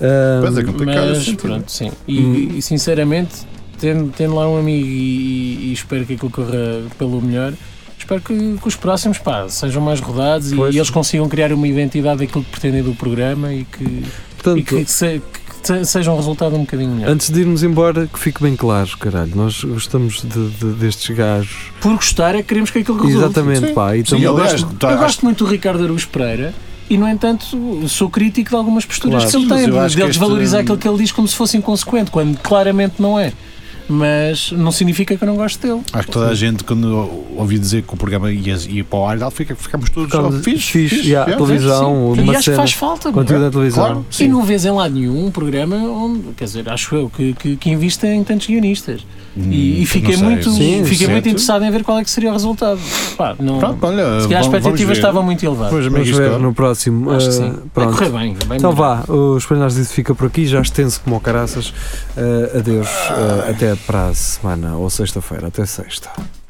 Speaker 2: Ah,
Speaker 3: Pois é, complicado
Speaker 4: Mas
Speaker 3: esse sentido.
Speaker 4: pronto, sim. E,
Speaker 2: Hum.
Speaker 4: e, sinceramente, tendo, tendo lá um amigo e, e espero que aquilo corra pelo melhor. Espero que, que os próximos pá, sejam mais rodados e,
Speaker 2: Pois.
Speaker 4: e eles consigam criar uma identidade daquilo que pretendem do programa e que,
Speaker 2: portanto,
Speaker 4: e que, se- que se- seja um resultado um bocadinho melhor.
Speaker 2: Antes de irmos embora, que fique bem claro, caralho, nós gostamos de- de- destes gajos.
Speaker 4: Por gostar é que queremos que aquilo resulte.
Speaker 2: Exatamente,
Speaker 3: Sim.
Speaker 2: pá. E
Speaker 3: Sim,
Speaker 2: tamo-
Speaker 4: Eu,
Speaker 3: aliás,
Speaker 4: gosto,
Speaker 3: tá-
Speaker 4: eu
Speaker 3: acho-
Speaker 4: gosto muito do Ricardo Aruz Pereira e, no entanto, sou crítico de algumas posturas
Speaker 2: Claro.
Speaker 4: que ele
Speaker 3: Mas
Speaker 4: tem,
Speaker 3: eu acho
Speaker 4: de ele
Speaker 3: que este- hum,
Speaker 4: desvalorizar aquilo que ele diz como se fosse inconsequente, quando claramente não é. Mas não significa que eu não gosto dele.
Speaker 3: Acho que toda a gente, quando ouvi dizer que o programa ia, ia para o ar, fica, ficamos todos
Speaker 2: Ficamos-
Speaker 3: oh, fixe,
Speaker 2: fixe,
Speaker 3: fixe,
Speaker 2: yeah,
Speaker 3: é,
Speaker 2: televisão, uma
Speaker 4: Sim. e acho que
Speaker 2: cena.
Speaker 4: faz falta. meu.
Speaker 2: Conteúdo da televisão.
Speaker 3: claro.
Speaker 4: E não vês em lado nenhum um programa onde, quer dizer, acho eu, que, que, que invista em tantos guionistas. e, e
Speaker 3: Hum,
Speaker 4: fiquei,
Speaker 3: não sei.
Speaker 4: muito,
Speaker 3: Sim,
Speaker 4: fiquei
Speaker 3: sim.
Speaker 4: muito interessado em ver qual é que seria o resultado. Pá, não,
Speaker 3: Pronto, olha,
Speaker 4: se calhar as
Speaker 3: vamos- vamos ver.
Speaker 4: expectativas estavam muito elevadas.
Speaker 3: Vamos ver
Speaker 2: Vamos
Speaker 3: isto é.
Speaker 2: ver
Speaker 3: agora.
Speaker 2: no próximo.
Speaker 4: Acho que
Speaker 2: ah,
Speaker 4: sim. Vai
Speaker 2: pronto.
Speaker 4: correr bem. vai
Speaker 2: Então
Speaker 4: melhorar.
Speaker 3: é?
Speaker 2: vá, o Espelhares disse fica por aqui, já extenso como o Eh, caraças. Ah, adeus, ah, até para a semana ou sexta-feira, até sexta.